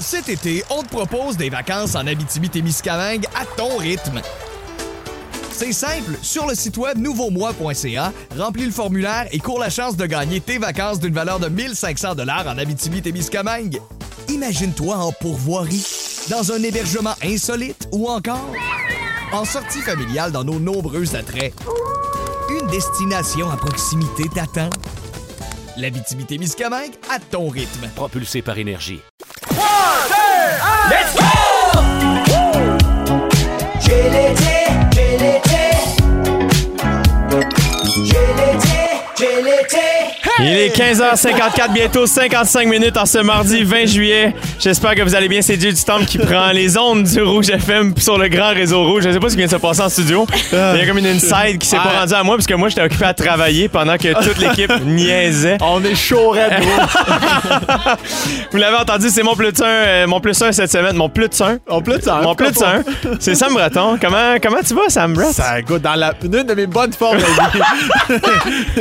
Cet été, on te propose des vacances en Abitibi-Témiscamingue à ton rythme. C'est simple, sur le site web nouveaumois.ca, remplis le formulaire et cours la chance de gagner tes vacances d'une valeur de 1500 dollars en Abitibi-Témiscamingue. Imagine-toi en pourvoirie, dans un hébergement insolite ou encore en sortie familiale dans nos nombreux attraits. Une destination à proximité t'attend. L'Abitibi-Témiscamingue à ton rythme. propulsé par énergie. J'ai l'été, j'ai l'été. J'ai l'été, j'ai l'été. Il est 15h54, bientôt 55 minutes en ce mardi 20 juillet. J'espère que vous allez bien. C'est Dieu du Temple qui prend les ondes du Rouge FM sur le grand réseau rouge. Je sais pas ce qui vient de se passer en studio. Il y a comme une inside qui s'est pas rendue à moi parce que moi j'étais occupé à travailler pendant que toute l'équipe niaisait. On est chaud, red, gros. Vous l'avez entendu, c'est mon plus 1 mon plus un cette semaine, mon plus 1. On pleut ça. Mon plus 1. C'est Sam Breton. Comment comment tu vas Sam Breton Ça goûte Ben, dans la, une de mes bonnes formes de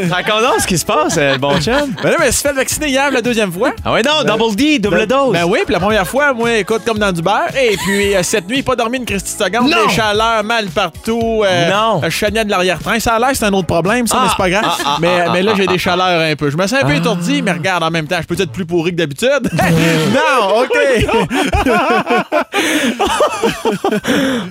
vie. Raconte-nous ce qui se passe, euh, bon chum. ben là, mais je suis fait vacciner hier, la deuxième fois. Ah ouais non, double D, double dose. Ben oui, puis la première fois, moi, écoute, comme dans du beurre. Et puis, euh, cette nuit, pas dormi une Christie de seconde. Non. Des chaleurs, mal partout. euh, Non. Ah, Je chagnais de l'arrière-train. Ça a l'air, c'est un autre problème, ça, mais c'est pas grave. mais, mais là, j'ai des chaleurs un peu. Je me sens un peu étourdi, mais regarde, en même temps, je peux être plus pourri que d'habitude. non, OK.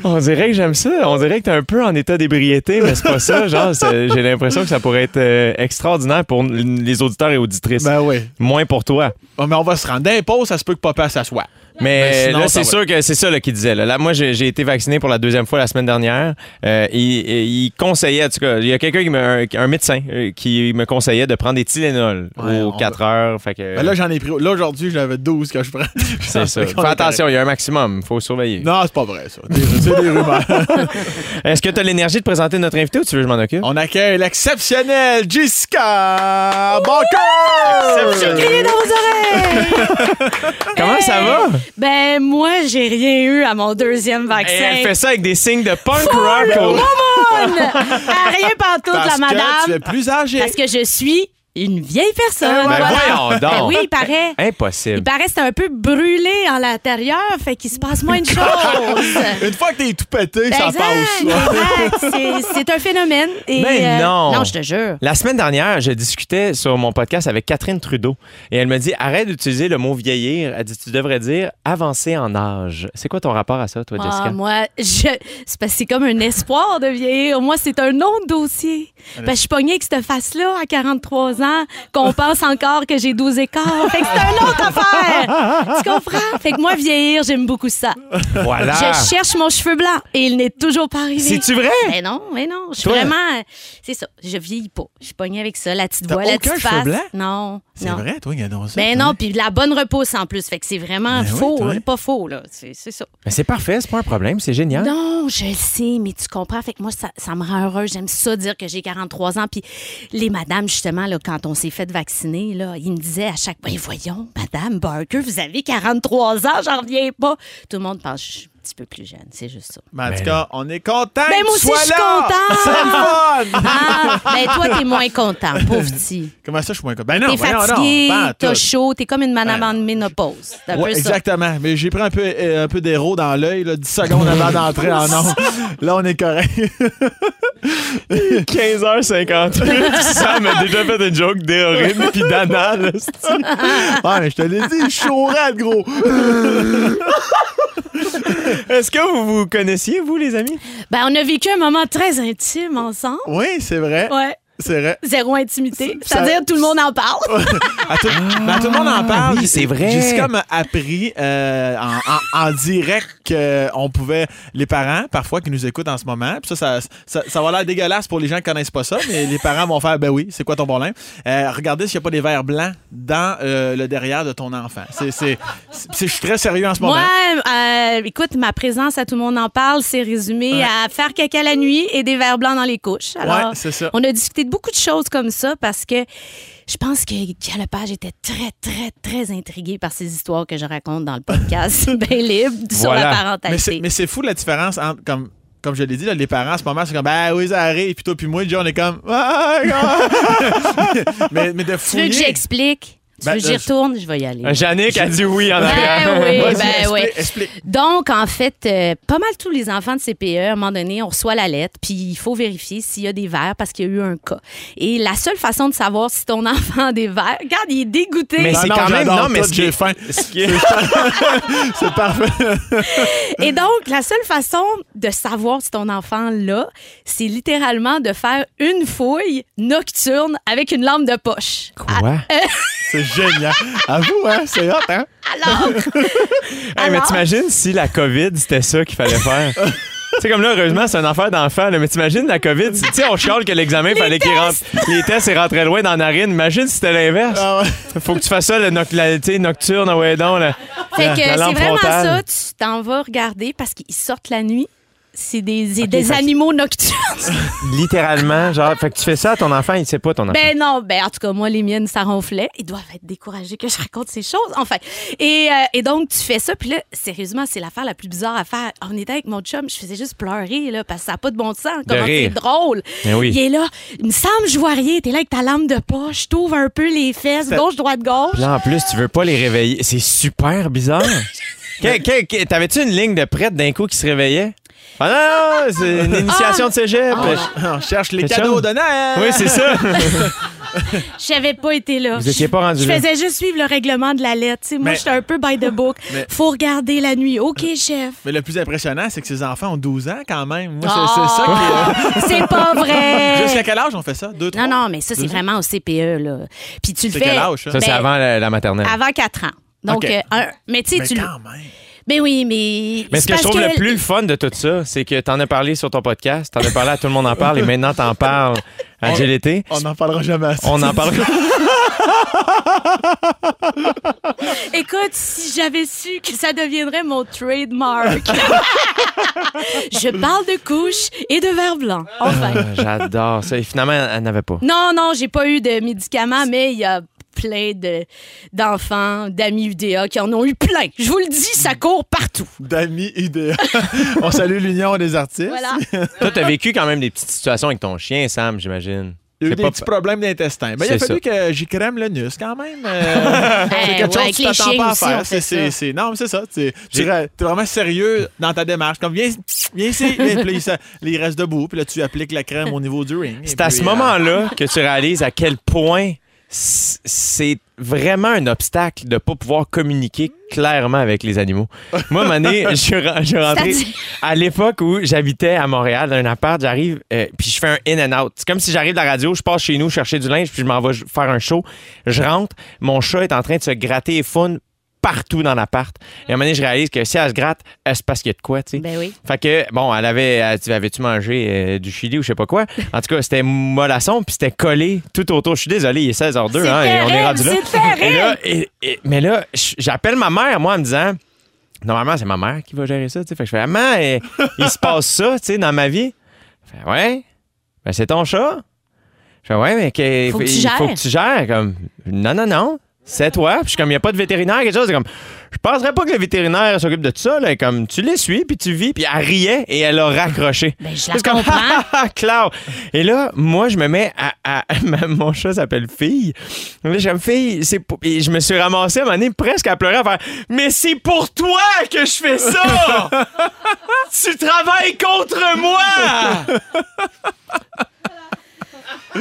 On dirait que j'aime ça. On dirait que t'es un peu en état d'ébriété, mais c'est pas ça. Genre, c'est- j'ai l'impression que ça pourrait être euh, extraordinaire pour n- les auditeurs et auditrices. ben oui. Moins pour toi. Bon, mais on va se rendre. D'impôt, ça se peut que papa s'assoie. Mais Ben, sinon, là, ça c'est sûr que c'est ça là, qu'il disait. Là. Là, moi, j'ai j'ai été vacciné pour la deuxième fois la semaine dernière. Euh, il, il conseillait, en tout cas, il y a quelqu'un, qui me- un, un médecin, euh, qui me conseillait de prendre des Tylenol Ouais, aux on 4 heures. Fait que, Ben là, j'en ai pris. Là, aujourd'hui, j'avais 12 que je prends. c'est ça. qu'on Fais est attention, il y a un maximum. faut surveiller. Non, c'est pas vrai, ça. Des- C'est des rumeurs. Est-ce que tu as l'énergie de présenter notre invité ou tu veux que je m'en occupe? On accueille l'exceptionnel Jessica Boncoeur! Criez dans vos oreilles! Comment Ah, ça va? Ben, moi, j'ai rien eu à mon deuxième Et vaccin. elle fait ça avec des signes de punk rock. au- Come on! Elle a rien partout, Parce la que tu es madame. plus âgé. Parce que je suis une vieille personne. Ben Voilà. voyons Ben donc. oui, il paraît. Impossible. Il paraît que c'est un peu brûlé en l'intérieur, fait qu'il se passe moins de choses. Une fois que t'es tout pété, ça Exact, passe. exact. C'est- C'est un phénomène. Et, euh, Mais non. Non, je te jure. La semaine dernière, je discutais sur mon podcast avec Catherine Trudeau et elle me dit arrête d'utiliser le mot vieillir. Elle dit tu devrais dire avancer en âge. C'est quoi ton rapport à ça, toi, Ah, Jessica? moi, je... c'est parce que c'est comme un espoir de vieillir. Moi, c'est un autre dossier. Parce que je suis pognée avec cette face-là à 43 ans, qu'on pense encore que j'ai 12 écarts. Fait que c'est un autre affaire. Tu comprends? Fait que moi, vieillir, j'aime beaucoup ça. Voilà. Je cherche mon cheveu blanc et il n'est toujours pas arrivé. C'est-tu vrai? Mais non, mais non. Je suis Toi? vraiment. C'est ça. Je vieillis pas. Je suis pognée avec ça. La petite T'as voix, la aucun petite cheveu face. blanc? Non. C'est non. Ben- vrai, toi, il y a dans ça. Mais non, puis la bonne repousse en plus. Fait que c'est vraiment Mais oui, faux, toi. là, pas faux, là. C'est c'est ça. Mais c'est parfait, c'est pas un problème, c'est Hein? génial. Non, je le sais, mais tu comprends. Fait que moi, ça, ça me rend heureuse. J'aime ça dire que j'ai 43 ans. Puis les madames, justement, là, quand on s'est fait vacciner, là, ils me disaient à chaque fois Ben Voyons, Madame Barker, vous avez 43 ans, j'en reviens pas. Tout le monde pense que je suis un petit peu plus jeune. C'est juste ça. Mais en tout cas, on est content. Ben, que moi tu aussi, sois je suis là. contente. C'est le fun. Ah, ben toi, t'es moins content, pauvre petit. Comment ça, je suis moins content? Ben non, T'es voyons, non, fatigué, pas en t'as tout. Ben, chaud, t'es comme une madame en ménopause. C'est un Ouais, peu ça. exactement. Mais j'ai pris un peu, euh, un peu d'héros dans l'œil, là, 10 secondes avant d'entrer en ondes. Là, on est correct. 15h58, ça m'a déjà fait une joke d'héroïne puis d'anal. Ah, mais je te l'ai dit, je suis au rad, gros. Est-ce que vous vous connaissiez, vous, les amis? Ben, on a vécu un moment très intime ensemble. Oui, c'est vrai. Ouais. C'est vrai. Zéro intimité. Ça- C'est-à-dire, tout le monde en parle. À tout, ben, tout le monde en Ah, parle. oui, c'est vrai. Jessica m'a appris euh, en, en- en direct qu'on pouvait, les parents, parfois, qui nous écoutent en ce moment, puis ça, ça, ça, ça va l'air dégueulasse pour les gens qui connaissent pas ça, mais les parents vont faire, ben oui, c'est quoi ton problème? Euh, regardez s'il n'y a pas des verres blancs dans euh, le derrière de ton enfant. C'est, c'est, c'est- je suis très sérieux en ce moment. Moi, euh, écoute, ma présence à Tout le monde en parle, c'est résumé à faire caca la nuit et des verres blancs dans les couches. Alors, Ouais, c'est ça. on a discuté de beaucoup de choses comme ça parce que je pense que Guy Lepage était très, très, très intrigué par ces histoires que je raconte dans le podcast Bien libre sur Voilà. la Mais c'est, parentalité. mais c'est fou la différence entre, comme, comme je l'ai dit, là, les parents en ce moment, c'est comme, ben oui, ça arrive, puis toi, puis moi, déjà, on est comme, Ah, ah, ah. mais, mais de tu veux fouiller. que j'explique? Tu Ben, veux que j'y là, je- retourne? Je vais y aller. Yannick a dit oui en arrière. Ben oui, Vas-y, ben oui. explique, explique. Donc, en fait, euh, pas mal tous les enfants de CPE, à un moment donné, on reçoit la lettre, puis il faut vérifier s'il y a des verres parce qu'il y a eu un cas. Et la seule façon de savoir si ton enfant a des verres, regarde, il est dégoûté. Mais c'est Ah non, quand même. j'adore Non, mais tout, ce qui j'ai est- faim. ce qui est- C'est parfait. Et donc, la seule façon de savoir si ton enfant l'a, c'est littéralement de faire une fouille nocturne avec une lampe de poche. Quoi? C'est génial. Avoue, hein, c'est hot, hein? Alors, Hey, mais Alors? t'imagines si la COVID, c'était ça qu'il fallait faire? Tu sais, comme là, heureusement, c'est une affaire d'enfant, là, mais t'imagines la COVID, tu sais, on chiale que l'examen, fallait qu'il rentre. Les tests, ils rentraient loin dans la narine. Imagine si c'était l'inverse. Ah ouais. Faut que tu fasses ça, le noc- la, tu sais, nocturne, ouais, donc, là. fait que La c'est lampe vraiment ça, frontale. tu t'en vas regarder parce qu'ils sortent la nuit. C'est des, des fait que- animaux nocturnes. Littéralement, genre, fait que tu fais ça à ton enfant, il sait pas ton enfant. Ben non, ben en tout cas, moi, les miennes, ça ronflait. Ils doivent être découragés que je raconte ces choses. Enfin, et, euh, et donc, tu fais ça. Puis là, sérieusement, c'est l'affaire la plus bizarre à faire. On était avec mon chum, je faisais juste pleurer, là, parce que ça n'a pas de bon sens. Comment c'est rire. drôle. Ben oui. Il est là, il me semble, je vois rien. T'es là avec ta lampe de poche, t'ouvres un peu les fesses, gauche, droite, gauche. Puis là, en plus, tu veux pas les réveiller. C'est super bizarre. Que- que- que- T'avais-tu une ligne de prêtre d'un coup qui se réveillait? Ah non, c'est une initiation de cégep. On cherche les Quelque cadeaux hein. chose. de Noël. Oui, c'est ça. J'avais pas été là. Vous étiez pas rendu Je là. faisais juste suivre le règlement de la lettre. tu sais. moi, Mais- j'étais un peu by the book. Mais- Faut regarder la nuit. OK, chef. Mais le plus impressionnant, c'est que ces enfants ont 12 ans quand même. Moi, c'est Oh, c'est ça qui est- C'est pas vrai. Jusqu'à quel âge on fait ça? Deux, trois? Ah, Non, non, mais ça, c'est Deux ans? Mmh. vraiment au CPE, là. Puis tu le C'est fais. quel âge, ça? Ça, c'est Ben, avant la, la maternelle. Avant 4 ans. Donc, OK. euh, un- mais tu sais, Mais tu le. quand même. Mais oui, mais. Mais ce c'est que je parce trouve le plus le fun de tout ça, c'est que t'en as parlé sur ton podcast, t'en as parlé à tout le monde en parle et maintenant t'en parles à On- GLT. On n'en parlera jamais assez. On en parle. Écoute, si j'avais su que ça deviendrait mon trademark. je parle de couches et de verre blanc. Enfin. Ah, J'adore ça. Et finalement, elle n'avait pas. Non, non, j'ai pas eu de médicaments, mais il y a plein de- d'enfants, d'amis UDA qui en ont eu plein. Je vous le dis, ça court partout. D'amis idéaux. on salue l'union des artistes. Voilà. Toi, t'as vécu quand même des petites situations avec ton chien, Sam, j'imagine. Il y a eu C'est des pas- petits problèmes d'intestin. Ben, il a C'est fallu que j'y crème le nus quand même. Euh, c'est Ben ouais, quelque chose avec que tu les t'attends chiens pas à aussi, on faire. C'est- fait ça. c'est- c'est- Non, mais c'est ça. Tu tu J'ai- ra- t'es vraiment sérieux dans ta démarche. Comme, viens, viens ici. Et puis là, il se- il reste debout. Puis là, tu appliques la crème au niveau du ring. euh, C'est à ce moment-là que tu réalises à quel point c- c'est vraiment un obstacle de ne pas pouvoir communiquer clairement avec les animaux. Moi, à un moment donné, je suis ren- je suis rentré C'est-à-dire? à l'époque où j'habitais à Montréal, dans un appart, j'arrive, euh, puis je fais un in and out. C'est comme si j'arrive de la radio, je passe chez nous chercher du linge, puis je m'en vais j- faire un show. Je rentre, mon chat est en train de se gratter les faunes partout dans l'appart. Et à un moment donné, je réalise que si elle se gratte, euh, c'est parce qu'il y a de quoi, tu sais. Ben oui. Fait que, bon, elle avait. Elle dit, avais-tu mangé euh, du chili ou je sais pas quoi? En tout cas, c'était mollasson, puis c'était collé tout autour. Je suis désolé, il est 16h02, C'est hein, et on est terrible, rendu là. c'est terrible. Et là, et- et- mais là, j- j'appelle ma mère, moi, en me disant. Normalement, c'est ma mère qui va gérer ça, tu sais. Fait que je fais, maman, eh, il se passe ça, tu sais, dans ma vie. Elle fait, ouais. Ben, c'est ton chat. Je fais, ouais, mais que- Faut que tu il gères. faut que tu gères. Comme, non, non, non. C'est toi. Puis je suis comme, il n'y a pas de vétérinaire, quelque chose. C'est comme, je penserais pas que le vétérinaire s'occupe de tout ça. Là. Comme, tu l'essuies, puis tu vis. Puis elle riait et elle a raccroché. Ben, je la C'est comme, comprends. Ah, ah, ah, Claude. Et là, moi, je me mets à. à- ma- mon chat s'appelle Fille. Donc là, j'aime Fille. c'est pour- Et je me suis ramassé à un moment donné presque à pleurer, à faire Mais c'est pour toi que je fais ça Tu travailles contre moi Fait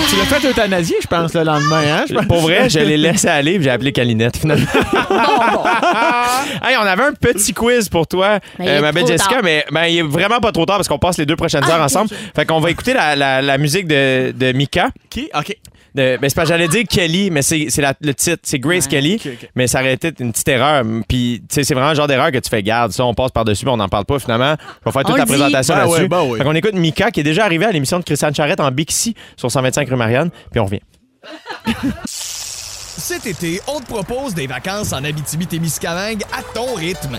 que tu l'as fait euthanasier, je pense, le lendemain. Hein? Je pense- Pour vrai, je l'ai laissé aller, puis j'ai appelé Calinette finalement. Hey, on avait un petit quiz pour toi, Mais il est euh, ma belle trop Jessica, tard. mais ben, il est vraiment pas trop tard parce qu'on passe les deux prochaines Ah, heures ok, ensemble. Fait qu'on va écouter la, la- la musique de, de Mika. Qui? OK. De- ben, c'est parce que j'allais dire Kelly, mais c'est c'est la- le titre, c'est Grace Kelly. ok, ok. Mais ça aurait été une petite erreur. Puis, tu sais, c'est vraiment le genre d'erreur que tu fais garde. Ça, on passe par-dessus, mais on n'en parle pas finalement. Je vais faire On toute le la dit. présentation Ben là-dessus. ouais, ben ouais. Fait qu'on écoute Mika qui est déjà arrivé à l'émission de Christiane Charrette en Bixi sur 125 rue Marianne, puis on revient. Cet été, on te propose des vacances en Abitibi-Témiscamingue à ton rythme.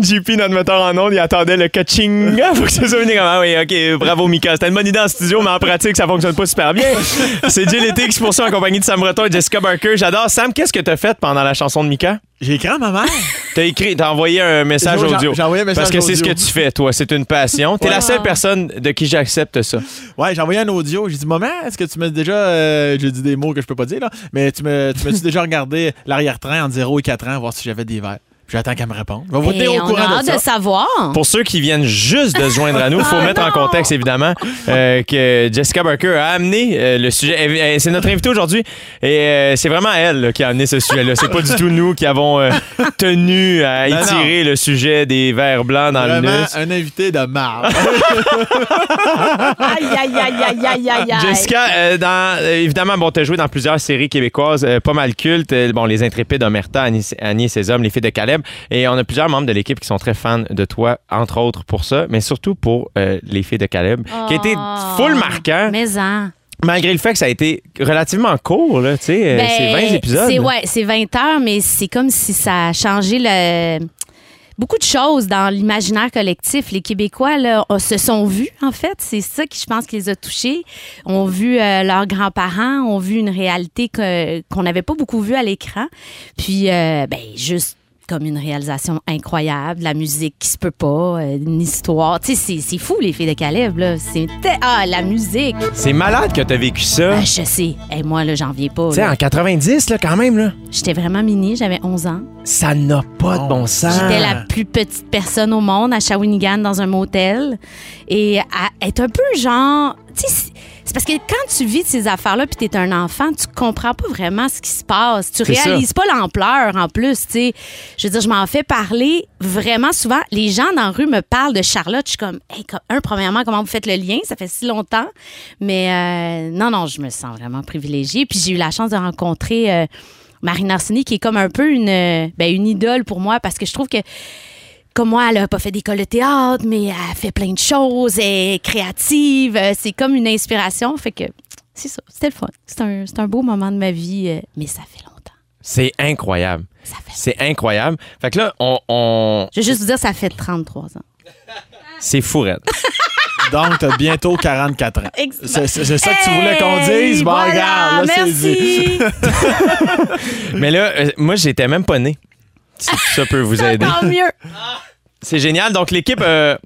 JP, notre moteur en ondes, il attendait le catching. Faut que ça soit venu comme Ah oui, ok, bravo Mika. C'était une bonne idée en studio, mais en pratique, ça fonctionne pas super bien. C'est Jill Été qui se poursuit en compagnie de Sam Breton et Jessica Barker. J'adore. Sam, qu'est-ce que t'as fait pendant la chanson de Mika? J'ai écrit à ma mère. T'as écrit, t'as envoyé un message J'ai- j'ai- audio. j'ai envoyé un message Parce que c'est ce que audio. tu fais, toi. C'est une passion. T'es la seule personne de qui j'accepte ça. Ouais, j'ai envoyé un audio. J'ai dit, maman, est-ce que tu m'as déjà. euh, j'ai dit des mots que je peux pas dire, là. Mais tu me- tu m'as-tu déjà regardé l'arrière-train entre 0 et 4 ans, voir si j'avais des verres? Puis J'attends qu'elle me réponde. Je vais vous Et tenir au Ben, on a courant hâte de de, ça. savoir. Pour ceux qui viennent juste de se joindre à nous, il faut mettre en contexte, évidemment, euh, que Jessica Barker a amené euh, le sujet. Elle- elle- C'est notre invitée aujourd'hui et euh, c'est vraiment elle là, qui a amené ce sujet-là. C'est pas du tout nous qui avons euh, tenu à Non, non. étirer le sujet des verres blancs dans le Vraiment nus. un invité de marre. Aïe, aïe, aïe, aïe, aïe, aïe, aïe. Jessica, euh, dans, euh, évidemment, bon, t'as joué dans plusieurs séries québécoises, euh, pas mal cultes. euh, bon, Les Intrépides, Omerta, Annie, Annie et ses hommes, Les Filles de Caleb. Et on a plusieurs membres de l'équipe qui sont très fans de toi, entre autres pour ça, mais surtout pour euh, Les Filles de Caleb, qui a été Oh. full marquant, Mais hein. en. malgré le fait que ça a été relativement court, là, tu sais, euh, Ben, c'est 20 épisodes. C'est, ouais, c'est 20 heures, mais c'est comme si ça a changé le... beaucoup de choses dans l'imaginaire collectif. Les Québécois là, euh, se sont vus, en fait. C'est ça qui, je pense, qui les a touchés. Ont vu euh, leurs grands-parents, ont vu une réalité que- qu'on n'avait pas beaucoup vue à l'écran. Puis, euh, ben, juste comme une réalisation incroyable, de la musique qui se peut pas, euh, une histoire. Tu sais, c'est, c'est fou, les filles de Caleb, là. C'est... Ah, la musique! C'est malade que t'as vécu ça. Ah, je sais. Et moi, là, j'en viens pas. tu sais, là. en 90, là, quand même, là, J'étais vraiment mini, j'avais 11 ans. ça n'a pas de bon sens. J'étais la plus petite personne au monde à Shawinigan dans un motel. Et à être un peu genre. Tu sais, c'est- c'est parce que quand tu vis de ces affaires-là puis t'es un enfant, tu comprends pas vraiment ce qui se passe. Tu C'est ça. réalises pas l'ampleur en plus, tu sais. Je veux dire, je m'en fais parler vraiment souvent. Les gens dans la rue me parlent de Charlotte. Je suis comme, Hey, co- un, premièrement, comment vous faites le lien? Ça fait si longtemps. Mais euh, non, non, je me sens vraiment privilégiée. Puis j'ai eu la chance de rencontrer. euh, Marine Arseny, qui est comme un peu une, euh, ben, une idole pour moi, parce que je trouve que, comme moi, elle n'a pas fait d'école de théâtre, mais elle fait plein de choses, elle est créative, euh, c'est comme une inspiration. Fait que, c'est ça, c'était le fun. C'est un, c'est un beau moment de ma vie, euh, mais ça fait longtemps. C'est incroyable. Ça fait C'est incroyable. Fait que là, on, on- Je veux juste vous dire, ça fait 33 ans. c'est fourette. Donc, t'as bientôt 44 ans. C'est c'est- c'est ça que tu voulais qu'on dise? Bon, Hey, regarde, là, voilà, c'est dit. merci. Mais là, euh, moi, j'étais même pas né. Si tout ça peut vous aider. Tant mieux. Ah, C'est génial. Donc, l'équipe. euh,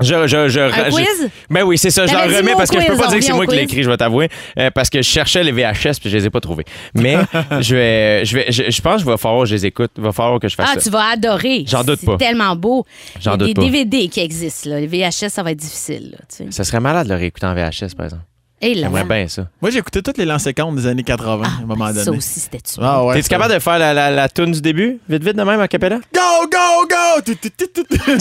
je, je, je, Un je- quiz? Ben oui, c'est ça. Je Ben, leur vas-y, remets mon parce que je peux quiz, pas on dire que c'est revient moi au qui l'ai quiz. écrit, je vais t'avouer. euh, parce que je cherchais les VHS puis je les ai pas trouvés. Mais je vais. Je, vais, je, je pense qu'il va falloir que je les écoute. Il va falloir que je fasse Ah, ça. tu vas adorer. J'en doute pas. C'est tellement beau. Il y J'en a doute des pas. DVD qui existent. Là. Les VHS, ça va être difficile. Là, tu sais. Ça serait malade de le réécouter en VHS, par exemple. Et là, J'aimerais bien ben ça. Moi, j'écoutais toutes les lancers comptes des années 80 à un moment Ah, ben, ça donné. aussi, c'était tu. ben, Ah ouais, T'es-tu ça- capable de faire la, la, la toune du début? Vite, vite, de même, à Capella? Go, go, go! Tout, tout, tout, tout, tout.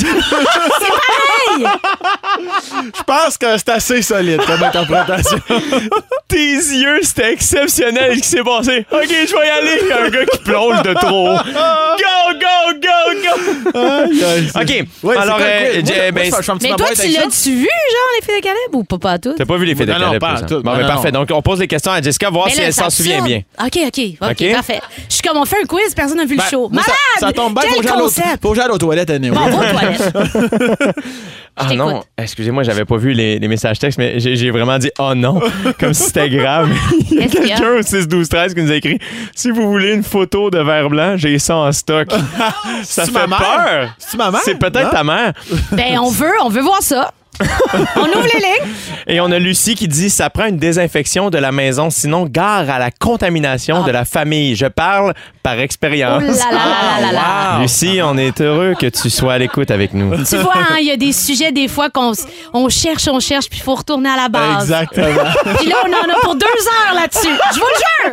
Je pense que c'est assez solide comme interprétation. Tes yeux, c'était exceptionnel ce qui s'est passé. Ok, je vais y aller. Un gars qui plonge de trop haut. Go, go, go, go! OK. Alors, euh, Jay- ben, Mais toi, tu l'as-tu vu, genre, les filles de Caleb ou pas, pas tout? T'as pas vu les faits de Non, non, Caleb, pas par à exemple. tout. Bon, Non, ben, non, parfait. non. Donc, on pose des questions à Jessica, voir Ah, Mais si là, elle s'en ça souvient tourne. bien. OK, OK. OK, OK? parfait. Je suis comme, on fait un quiz, personne n'a vu le show. Malade! Ben, Ça, ça tombe bien, faut que j'aille Ah, Quel aux- concept! faut que j'aille aux toilettes, anyway. Bon, aux toilettes. Ah t'écoute. non, excusez-moi, j'avais pas vu les, les messages textes, mais j'ai j'ai vraiment dit oh non, comme si c'était grave. Il y a Qu'est-ce qu'il y a? quelqu'un au 6 12 13 qui nous a écrit si vous voulez une photo de verre blanc, j'ai ça en stock. ça fait C'est-tu ma mère? peur. C'est-tu ma mère? C'est peut-être Non? ta mère. Ben, on veut, on veut voir ça. on ouvre les lignes. Et on a Lucie qui dit ça prend une désinfection de la maison, sinon gare à la contamination Ah. de la famille. Je parle par Oh expérience. Ah, là là là là là. Lucie, on est heureux que tu sois à l'écoute avec nous. Tu vois, hein, il y a des sujets, des fois, qu'on s- on cherche, on cherche, puis il faut retourner à la base. Exactement. Puis là, on en a pour deux heures là-dessus. Je vous le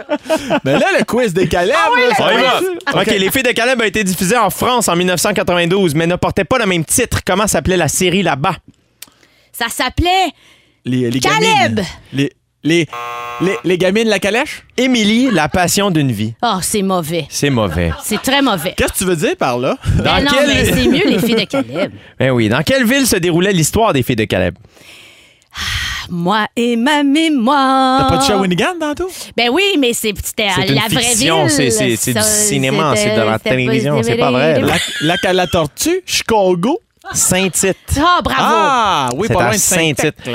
jure! Mais là, le quiz des Caleb, là, On y ça- va. OK, Les Filles de Caleb a été diffusée en France en 1992, mais ne portait pas le même titre. Comment s'appelait la série là-bas? Ça s'appelait les, les Caleb! gamines. Les, les, les, les gamines de la calèche? Émilie, la passion d'une vie. Oh, c'est mauvais. C'est mauvais. C'est très mauvais. Qu'est-ce que tu veux dire par là? Ben non, mais c'est mieux les filles de Caleb. Eh Ben oui. Dans quelle ville se déroulait l'histoire des Filles de Caleb? moi et ma mémoire. T'as pas de Shawinigan dans tout? Ben oui, mais c'est c'était à C'est une la fiction, vraie ville. c'est- c'est- c'est du Ça, cinéma, c'était- c'est de la c'était télévision, c'est pas vrai, là. La, lac à la tortue? Chicago? Saint-Tite. Ah, bravo! Ah, oui, C'est pas à loin de Saint-Tite. Saint-Tite.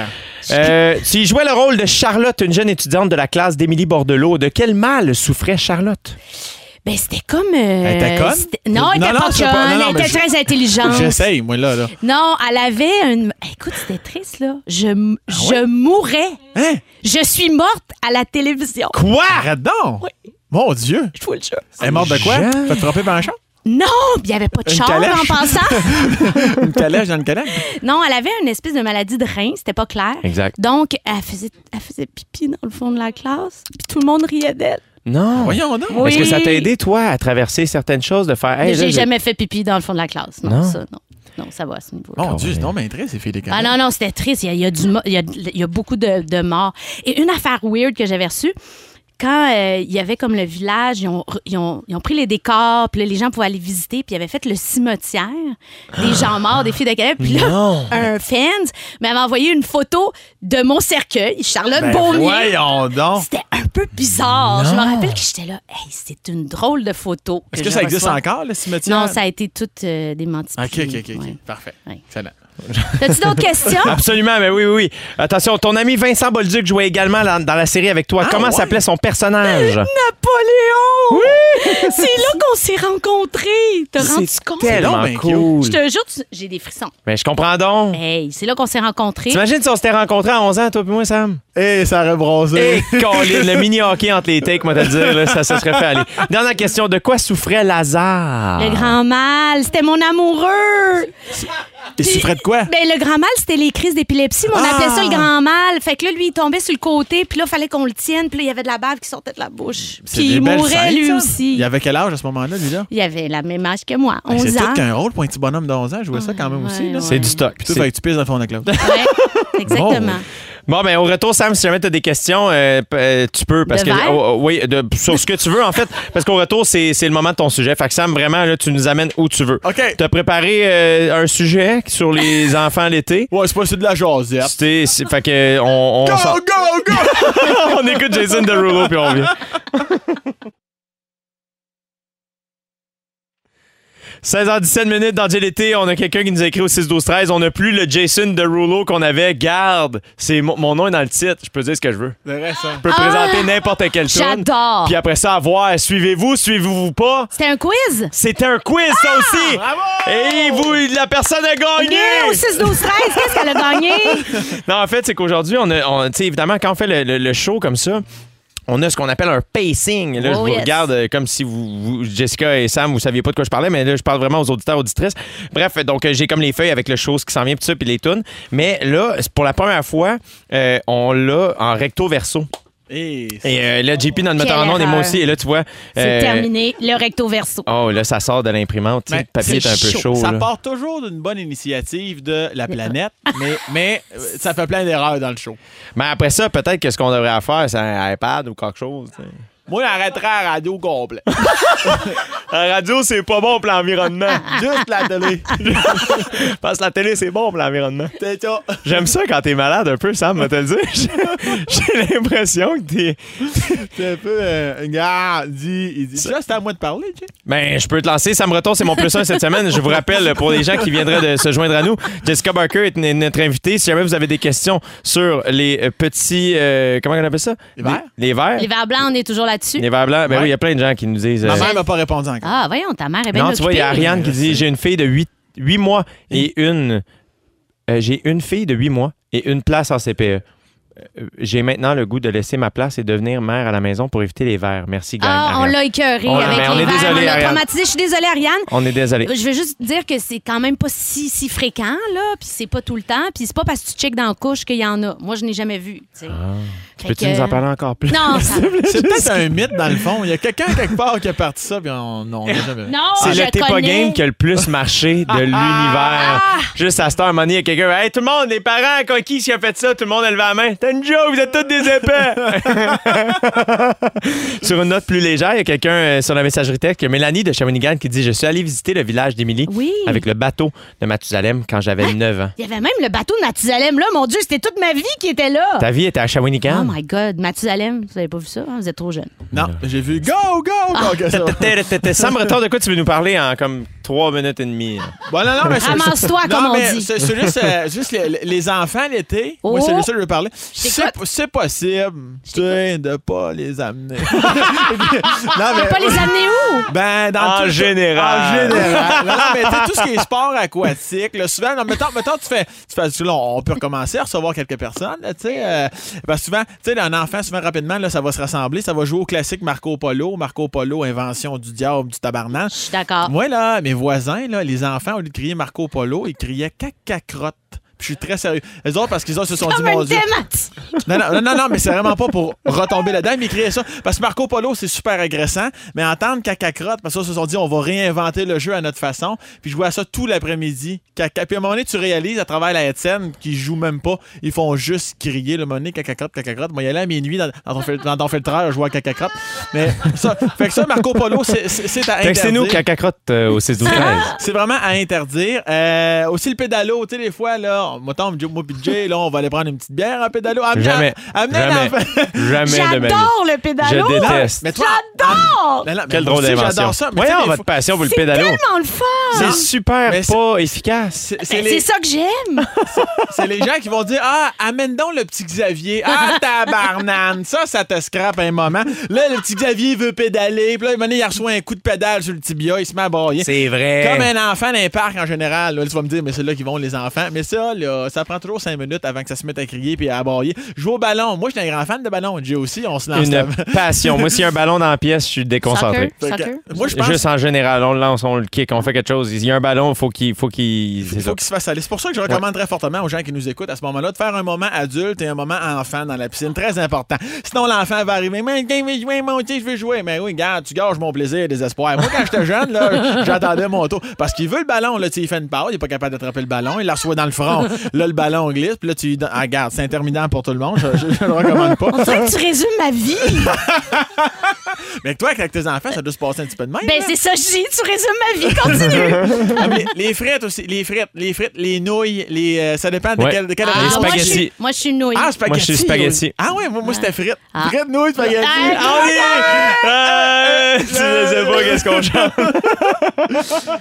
Euh, tu y jouais le rôle de Charlotte, une jeune étudiante de la classe d'Émilie Bordelot. De quel mal souffrait Charlotte? Ben, c'était comme. euh, Elle était conne? c'était- Non, elle Non, était non, pas c'est pas- non, conne. non, Elle mais était je- très intelligente. J'essaye, moi, là. là. Non, elle avait une. eh, Écoute, c'était triste, là. Je, m- je mourais. Hein? Je suis morte à la télévision. Quoi? Arrête donc! Mon Dieu! Je vous le jure. Elle est morte de quoi? Jean. T'as frappé par un chat? Non, puis il n'y avait pas de Une char calèche? en passant. Une calèche dans une calèche? non, elle avait une espèce de maladie de rein, c'était pas clair. Exact. Donc, elle faisait, elle faisait pipi dans le fond de la classe, puis tout le monde riait d'elle. Non. Ah, Voyons donc! Oui. Est-ce que ça t'a aidé, toi, à traverser certaines choses, de faire. Hey, Mais là, J'ai je- jamais fait pipi dans le fond de la classe. Non, Non. ça, non. Non, ça va à ce niveau-là. Mon Ah Dieu, ouais. c'est non, mais très, ces filles des Ah calèches. non, non, c'était triste. Il y a, il y a du mo- il y a- il y a beaucoup de, de morts. Et une affaire weird que j'avais reçue, quand euh, il y avait comme le village, ils ont, ils ont- ils ont pris les décors, puis là, les gens pouvaient aller visiter, puis ils avaient fait le cimetière des gens morts, des filles de Québec. Puis là, Non. un fan m'avait envoyé une photo de mon cercueil, Charlotte Ben, Beaumier. voyons donc! C'était un peu bizarre. Je Non. me rappelle que j'étais là, hey, c'est une drôle de photo. Est-ce je que ça existe reçois. encore, le cimetière? Non, ça a été tout euh, démenti. OK, OK, OK. ok. Ouais. Parfait. Ouais. Excellent. T'as-tu d'autres questions? Absolument, mais oui, oui, oui. Attention, ton ami Vincent Bolduc jouait également la- dans la série avec toi. Ah, Comment ouais? s'appelait son personnage? Napoléon! C'est là qu'on s'est rencontrés. T'as rendu compte? C'est Tellement donc bien cool. Je te jure, tu- j'ai des frissons. Mais je comprends donc. Hey, c'est là qu'on s'est rencontrés. T'imagines si on s'était rencontrés à 11 ans, toi et moi, Sam? Et Eh, ça a Et rebrossé. le mini-hockey entre les takes, moi, te le dire, là, ça se serait fait aller. Dernière question, de quoi souffrait Lazare? Le grand mal, c'était mon amoureux. Il souffrait de quoi? Ben, le grand mal, c'était les crises d'épilepsie, mais on Ah! appelait ça le grand mal. Fait que là, lui, il tombait sur le côté, puis là, fallait qu'on le tienne, puis là, il y avait de la bave qui sortait de la bouche. C'est Puis des il belles mourait, scènes, lui ça. aussi. Il avait quel âge à ce moment-là, lui, là? Il avait la même âge que moi, C'est 11 ans. tout qu'un rôle pour un petit bonhomme de 11 ans. Je jouais ça quand même Ouais, aussi. là. ouais. C'est du stock. Puis toi, fait que tu pisses dans le fond de la classe. Ouais, exactement. Bon, ben au retour, Sam, si jamais tu as des questions, euh, p- euh, tu peux. Parce De que, verre? oh, oh, oui, de- sur ce que tu veux, en fait. Parce qu'au retour, c'est c'est le moment de ton sujet. Fait que Sam, vraiment, là, tu nous amènes où tu veux. OK. Tu as préparé euh, un sujet sur les enfants l'été. Ouais, c'est pas c'est de la jasette. C'était- c'est- Fait que, on, on, Go, sort- go, go! on écoute Jason Derulo, puis on revient. « 16h17 minutes dans l'été, on a quelqu'un qui nous a écrit au 6-12-13. On n'a plus le Jason Derulo qu'on avait. Garde, c'est mon, mon nom est dans le titre. Je peux dire ce que je veux. C'est vrai, ça. Je peux présenter n'importe quel tune. J'adore. Puis après ça, à voir, suivez-vous, suivez-vous pas. C'était un quiz? C'était un quiz, ça aussi. Bravo! Et vous, la personne a gagné. Yeah, au 6, 12, 13, qu'est-ce qu'elle a gagné? Non, en fait, c'est qu'aujourd'hui, on a, on- tu sais, évidemment, quand on fait le, le- le show comme ça, on a ce qu'on appelle un pacing. Là, Oh, je vous yes. regarde euh, comme si vous, vous- Jessica et Sam, vous saviez pas de quoi je parlais, mais là, je parle vraiment aux auditeurs, auditrices. Bref, donc, euh, j'ai comme les feuilles avec le show, ce qui s'en vient, puis ça, puis les tunes. Mais là, c'est pour la première fois, euh, on l'a en recto-verso. Et c'est- Et euh, là, JP, dans le metteur en ondes, et moi erreur. aussi, et là, tu vois... C'est euh, terminé, le recto verso. Oh, là, ça sort de l'imprimante. tu sais, Ben, le papier est c'est un peu chaud. ça là. part toujours d'une bonne initiative de la planète, mais, mais euh, ça fait plein d'erreurs dans le show. Mais après ça, peut-être que ce qu'on devrait faire, c'est un iPad ou quelque chose. tu sais. Moi, j'arrêterais à la radio au complet. La radio, c'est pas bon pour l'environnement. Juste la télé. Parce que la télé, c'est bon pour l'environnement. C'est ça. J'aime ça quand t'es malade un peu, Sam, va te le dire. J'ai- J'ai l'impression que t'es. C'est un peu. Euh, gars, dit, il dit. Ça, c'est à moi de parler, tu sais. Ben, je peux te lancer. Sam Breton, c'est mon plus un cette semaine. Je vous rappelle, pour les gens qui viendraient de se joindre à nous, Jessica Barker est n- notre invitée. Si jamais vous avez des questions sur les euh, petits. euh, comment on appelle ça? Les verres. Les, les verres. Les verts blancs, on est toujours là-dessus. Les verres blancs. Ben Ouais. oui, il y a plein de gens qui nous disent. Ma euh, mère m'a pas répondu encore. Ah, voyons, ta mère est bien non, tu vois, il y a occupée. Ariane qui dit J'ai une fille de 8, mois et une. euh, j'ai une fille de 8 mois et une place en CPE. Euh, J'ai maintenant le goût de laisser ma place et devenir mère à la maison pour éviter les verres. Merci, gang. Ah, on Ariane. l'a écœuré On- avec mais on les est verres. désolé, on l'a Ariane. traumatisé. Je suis désolée, Ariane. on est désolé. Je veux juste dire que c'est quand même pas si, si fréquent, là, puis c'est pas tout le temps, puis c'est pas parce que tu checkes dans la couche qu'il y en a. Moi, je n'ai jamais vu. tu sais. Fait Ah. Peux-tu que- nous en parler encore plus? Non, ça- C'est peut-être un mythe dans le fond. Il y a quelqu'un quelque part qui a parti ça, puis on non, on l'a jamais vu. non, C'est Ah, je le Tepa connais. Ah, Game qui a le plus marché de l'univers. Juste à cette heure, à un moment donné, il y a quelqu'un. Hey, tout le monde, les parents, Coquille, qui a fait ça, tout le monde a levé la main. C'était une joke, vous êtes tous des épais! sur une note plus légère, il y a quelqu'un euh, sur la messagerie texte, Mélanie de Shawinigan, qui dit Je suis allée visiter le village d'Émilie Oui. Hein? avec le bateau de Mathusalem quand j'avais 9 ans. Il y avait même le bateau de Mathusalem là, mon Dieu, c'était toute ma vie qui était là. Ta vie était à Oh Shawinigan? my God, Mathusalem, vous avez pas vu ça? hein? Vous êtes trop jeune. Non, j'ai vu Go, go! Ah. go que ça. Ça me retarde de quoi tu veux nous parler en comme 3 minutes et demie. là. Bon, non, non, mais c'est- Ramasse-toi, non, comme on mais dit. C'est c'est juste, euh, juste les, les enfants l'été. Oh. Oui, c'est juste ça que je veux parler. C'est t'écoute. c'est possible, tu sais, de pas les amener. non, Pas les amener où? Ben, dans En tout- général. En général. Non, non, mais tu sais, tout ce qui est sport aquatique, là, souvent, non, mettons, mettons, tu fais. Tu fais parce que là, on peut recommencer à recevoir quelques personnes, là, tu sais. euh, parce que souvent, tu sais, un enfant, souvent, rapidement, là, ça va se rassembler. Ça va jouer au classique Marco Polo. Marco Polo, invention du diable, du tabarnak. Je suis d'accord. Moi, là, mes voisins, là, les enfants, au lieu de crier Marco Polo, ils criaient cacacrotte. Puis je suis très sérieux. Les autres, parce qu'ils autres se sont dit, Comme mon un Dieu. démat. Non, non, non, non, mais c'est vraiment pas pour retomber là-dedans. Mais ils criaient ça. Parce que Marco Polo, c'est super agressant. Mais entendre cacacrotte, parce qu'ils se sont dit, on va réinventer le jeu à notre façon. Puis je jouais à ça tout l'après-midi. Caca- Puis à un moment donné, tu réalises à travers la scène qu'ils jouent même pas. Ils font juste crier, le moment donné, cacacrotte, cacacrotte. Moi, il y allait à minuit dans, dans ton, fil- dans ton filtreur, je vois cacacrotte. Mais ça, fait que ça, Marco Polo, c'est c'est- c'est à Textez-nous, interdire. cacacrotte euh, au 6 12 13 C'est vraiment à interdire. Euh, aussi le pédalo, tu sais, des fois, là, on- mettons, moi pis Jay, là, on va aller prendre une petite bière en pédalo. Amenez- Jamais. amenez un Jamais. enfant. Jamais de ma vie. J'adore le Je pédalo. déteste. Mais toi, J'adore! Non, non, Ah, mais Quel moi drôle aussi, d'invention. J'adore ça. mais tu sais, Voyons des votre fois- passion pour le C'est pédalo. tellement le fun! C'est super Mais c'est- pas efficace. c'est- c'est Ben, les- C'est ça que j'aime. C'est les gens qui vont dire Ah, amène donc le petit Xavier. Ah, tabarnane. Ça, ça te scrape un moment. Là, le petit Xavier il veut pédaler. Puis là, un moment donné, il reçoit un coup de pédale sur le tibia. Il se met à broyer. C'est vrai. Comme un enfant d'un parc en général. Là, tu vas me dire, mais c'est là qu'ils vont les enfants. Mais ça, là, ça prend toujours cinq minutes avant que ça se mette à crier puis à aboyer. Joue au ballon. Moi, je suis un grand fan de ballon. J'ai aussi, on se lance là- une passion. Moi, s'il y a un ballon dans la pièce, je suis déconcentré. Soccer, soccer. Moi, je pense Juste en général, on le lance, on le kick, on fait quelque chose. Il y a un ballon, faut qu'il, faut qu'il, c'est Il ça. faut qu'il se fasse aller. C'est pour ça que je recommande très fortement aux gens qui nous écoutent à ce moment-là de faire un moment adulte et un moment enfant dans la piscine. Très important. Sinon, l'enfant va arriver. Mais je veux jouer, mon Dieu, je veux jouer. Mais oui, regarde, tu gages mon plaisir et désespoir. Moi, quand j'étais jeune, là, j'attendais mon tour. Parce qu'il veut le ballon. Là, tu sais, il fait une passe, il n'est pas capable d'attraper le ballon. Il la reçoit dans le front. Là, le ballon glisse. Puis là, tu lui donnes- Ah, regarde, c'est interminable pour tout le monde. Je, je- je le recommande pas. On dirait que tu résumes ma vie. Mais toi, avec tes enfants, ça doit se passer un petit peu de même. Ben, là. c'est ça, J. Tu résumes ma vie. Continue. Ah, mais les, les frites aussi. Les frites, les frites, les nouilles, les, euh, ça dépend de Ouais. quel, de quel Ah, origine. les moi, je spaghettis. suis- Moi, je suis une nouille. Ah, spaghetti. Moi, je suis spaghetti. Ah ouais, moi, moi c'était frites. Ah. Frites, nouilles, spaghetti. Ah, Ah oui! Ah, tu ne sais pas qu'est-ce qu'on chante.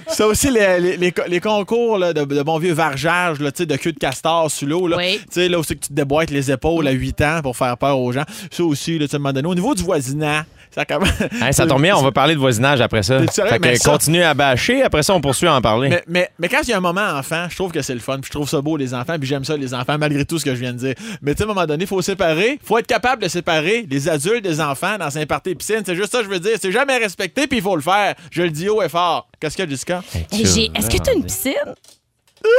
Ça aussi, les, les, les, co- les concours là, de, de bon vieux vargeage, là, tu sais, de queue de castor sur l'eau. Là, Oui. Tu sais, là aussi que tu te déboîtes les épaules à 8 ans pour faire peur aux gens. Ça aussi, là, tu sais, à un moment donné, au niveau du voisinat, ça commence. Hey, Hein, ça tombe bien, on va parler de voisinage après ça. T'es sérieux? Fait que Mais ça- continue à bâcher, après ça on poursuit à en parler. Mais, mais, mais quand il y a un moment enfant, je trouve que c'est le fun, puis je trouve ça beau les enfants, puis j'aime ça les enfants malgré tout ce que je viens de dire. Mais tu sais à un moment donné, faut séparer, faut être capable de séparer les adultes des enfants dans un party piscine, c'est juste ça que je veux dire, c'est jamais respecté puis il faut le faire. Je le dis haut et fort. Qu'est-ce qu'il y a Jessica Hey, j'ai- Est-ce que tu as une piscine?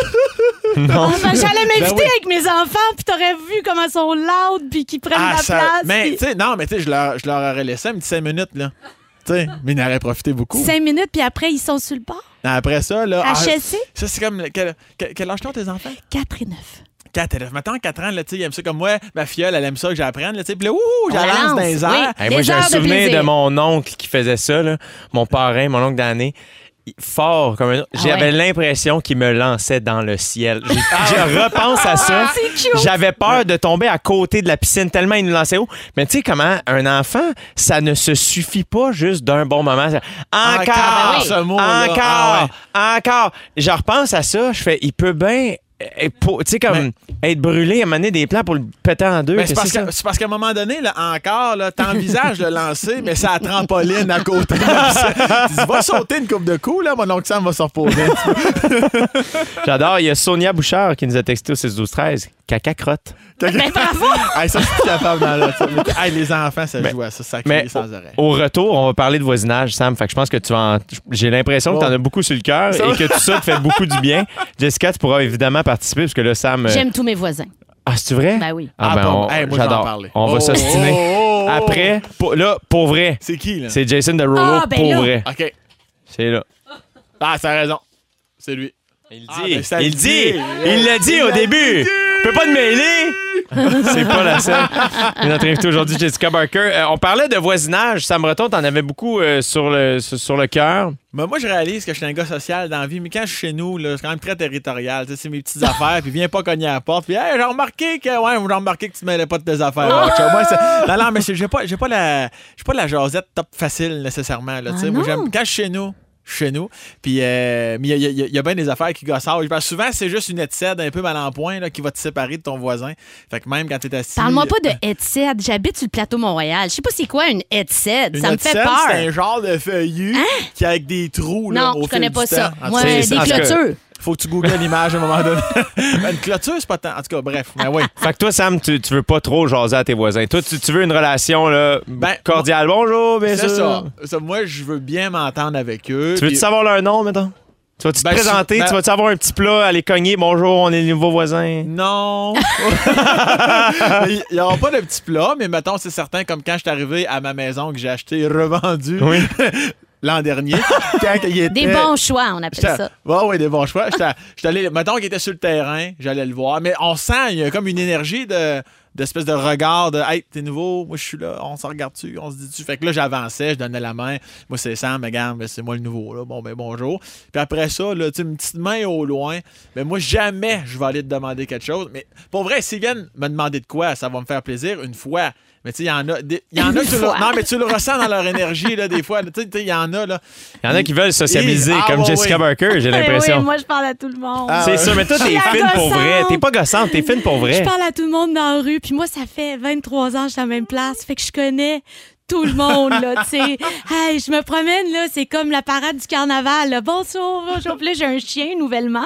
Non. Ah, ben, J'allais Ben m'inviter oui. avec mes enfants, puis t'aurais vu comment ils sont loud, puis qu'ils prennent Ah, la Ah, ça- place. mais puis- tu sais non, mais tu sais je leur je leur aurais laissé un petit 5 minutes là. Tu sais, mais ils n'auraient profité beaucoup. Cinq minutes, puis après, ils sont sur le bord. Après ça là, ah, HSC, ça c'est comme le- quel, quel, quel âge t'as tes enfants 4 et 9. 4 élèves. Maintenant 4 ans là, tu sais, ils aiment ça comme moi, ma fiole elle aime ça que j'apprenne, là, tu sais, puis là ouh, je la la lance dans lance, les airs. oui. Hey, moi, Des j'ai un heures de souvenir de, plaisir. mon oncle qui faisait ça, là. mon parrain, mon oncle d'année. Il- Fort comme un autre. Ah J'avais ouais. l'impression qu'il me lançait dans le ciel. J'ai- Je repense Ah, à ça. Ah, c'est cute. J'avais peur de tomber à côté de la piscine tellement il nous lançait haut. Mais tu sais comment un enfant, ça ne se suffit pas juste d'un bon moment. Ça- Encore, Encore, ben oui. ce mot-là. encore, Ah encore. Je repense à ça. Je fais, il peut bien, euh, pour- tu sais comme être brûlé, à mener des plans pour le péter en deux. Ben, Qu'est-ce c'est parce, que c'est que- c'est parce qu'à un moment donné, là, encore, là, t'envisages de lancer, mais c'est à la trampoline à côté. tu dis, va sauter une coupe de coups, là, mon oncle Sam va se reposer. J'adore. Il y a Sonia Bouchard qui nous a texté au 6 12 13 Caca crotte. Ben, bravo! hey, ça, je suis capable d'en là, tu sais. Mais, hey, les enfants, ça joue à ça, ça Mais crie sans oreille. au retour, on va parler de voisinage, Sam. Fait que je pense que tu en... J'ai l'impression que tu en as beaucoup sur le cœur et que tout ça te fait beaucoup du bien. Jessica, tu pourras évidemment participer parce que là, Sam. euh, J'aime tous mes voisins. Ah, c'est vrai? Ben oui. Ah, Ah, ben, bon. on- Hey, moi, je vais en j'adore. parler. On va Oh, s'obstiner. oh, oh, oh. Après, pour- là, pour vrai, C'est qui, là? c'est Jason de Rollo Ah, ben pour là. vrai. OK. C'est là. Ah, ça a raison. C'est lui. Il dit. Ah, ben, ça il le dit. dit. Il l'a dit au début. Je peux pas te mêler. C'est pas la seule. Et notre invité aujourd'hui, Jessica Barker. Euh, on parlait de voisinage. Sam Breton, t'en avais beaucoup euh, sur le, sur, sur le cœur. Mais Ben, moi, je réalise que je suis un gars social dans la vie, mais quand je suis chez nous, là, c'est quand même très territorial. Tu sais, C'est mes petites affaires, puis viens pas cogner à la porte. Puis, hey, j'ai remarqué que, ouais, j'ai remarqué que tu ne mêlais pas de tes affaires. Ah! là. Tu vois, moi, c'est- non, non, mais c'est- j'ai pas, j'ai pas la, j'ai pas la jasette top facile nécessairement. Là, tu sais. Ah moi, non. j'aime quand je suis chez nous. je suis Chez nous. Puis, euh, mais il y a, il y a- il y a bien des affaires qui gossagent. Parce que souvent, c'est juste une étiède un peu mal en point là, qui va te séparer de ton voisin. Fait que même quand t'es assis. Parle-moi pas de headset. J'habite sur le plateau Montréal. Je sais pas c'est quoi une headset. Une ça me fait étiède, peur. Hein? C'est un genre de feuillu qui a avec des trous. là, Non, au je connais fil pas du ça. temps. En Moi, tout cas, des c'est- en tout cas- clôtures. Faut que tu googles l'image à un moment donné. une clôture, c'est pas tant. En tout cas, bref. Mais oui. Fait que toi, Sam, tu, tu veux pas trop jaser à tes voisins. Toi, tu, tu veux une relation là, Ben, cordiale. Bonjour, bien C'est sûr. ça. Ça, Moi, je veux bien m'entendre avec eux. Tu veux-tu Puis- savoir leur nom, mettons? Tu vas-tu te Ben, si- présenter? ben- Tu vas-tu avoir un petit plat, aller cogner? Bonjour, on est les nouveaux voisins. Non. Il n'y aura pas de petit plat, mais mettons, c'est certain, comme quand je suis arrivé à ma maison que j'ai acheté et revendu Oui. l'an dernier. quand il était- Des bons choix, on appelle J'étais- ça. Ouais, ouais, des bons choix. J'étais j'étais allé, mettons qu'il était sur le terrain, j'allais le voir. Mais on sent, il y a comme une énergie de d'espèce de regard de Hey, t'es nouveau, moi je suis là, on se regarde-tu, on se dit-tu. Fait que là, j'avançais, je donnais la main. Moi, c'est Sam, mais regarde, mais c'est moi le nouveau, là. Bon, ben bonjour. Puis après ça, là, tu sais, une petite main au loin. Mais moi, jamais je vais aller te demander quelque chose. Mais pour vrai, s'ils viennent me demander de quoi, ça va me faire plaisir une fois. Mais tu sais, il y en a, des- il y en a Une que tu le, fois. non, mais tu le ressens dans leur énergie, là, des fois. là. Tu sais, tu sais, il y en a, là. Il y en a qui veulent sociabiliser, Ah, comme ouais, Jessica ouais. Barker, j'ai l'impression. Ben moi, je parle à tout le monde. Ah, C'est sûr, mais toi, t'es Je suis fine pour gossante. vrai. T'es pas gossante, t'es fine pour Je vrai. parle à tout le monde dans la rue, puis moi, ça fait 23 ans que je suis à la même place, fait que je connais tout le monde, là, tu sais. Hey, je me promène, là, c'est comme la parade du carnaval, là. Bonjour, bonjour. Puis là, j'ai un chien, nouvellement.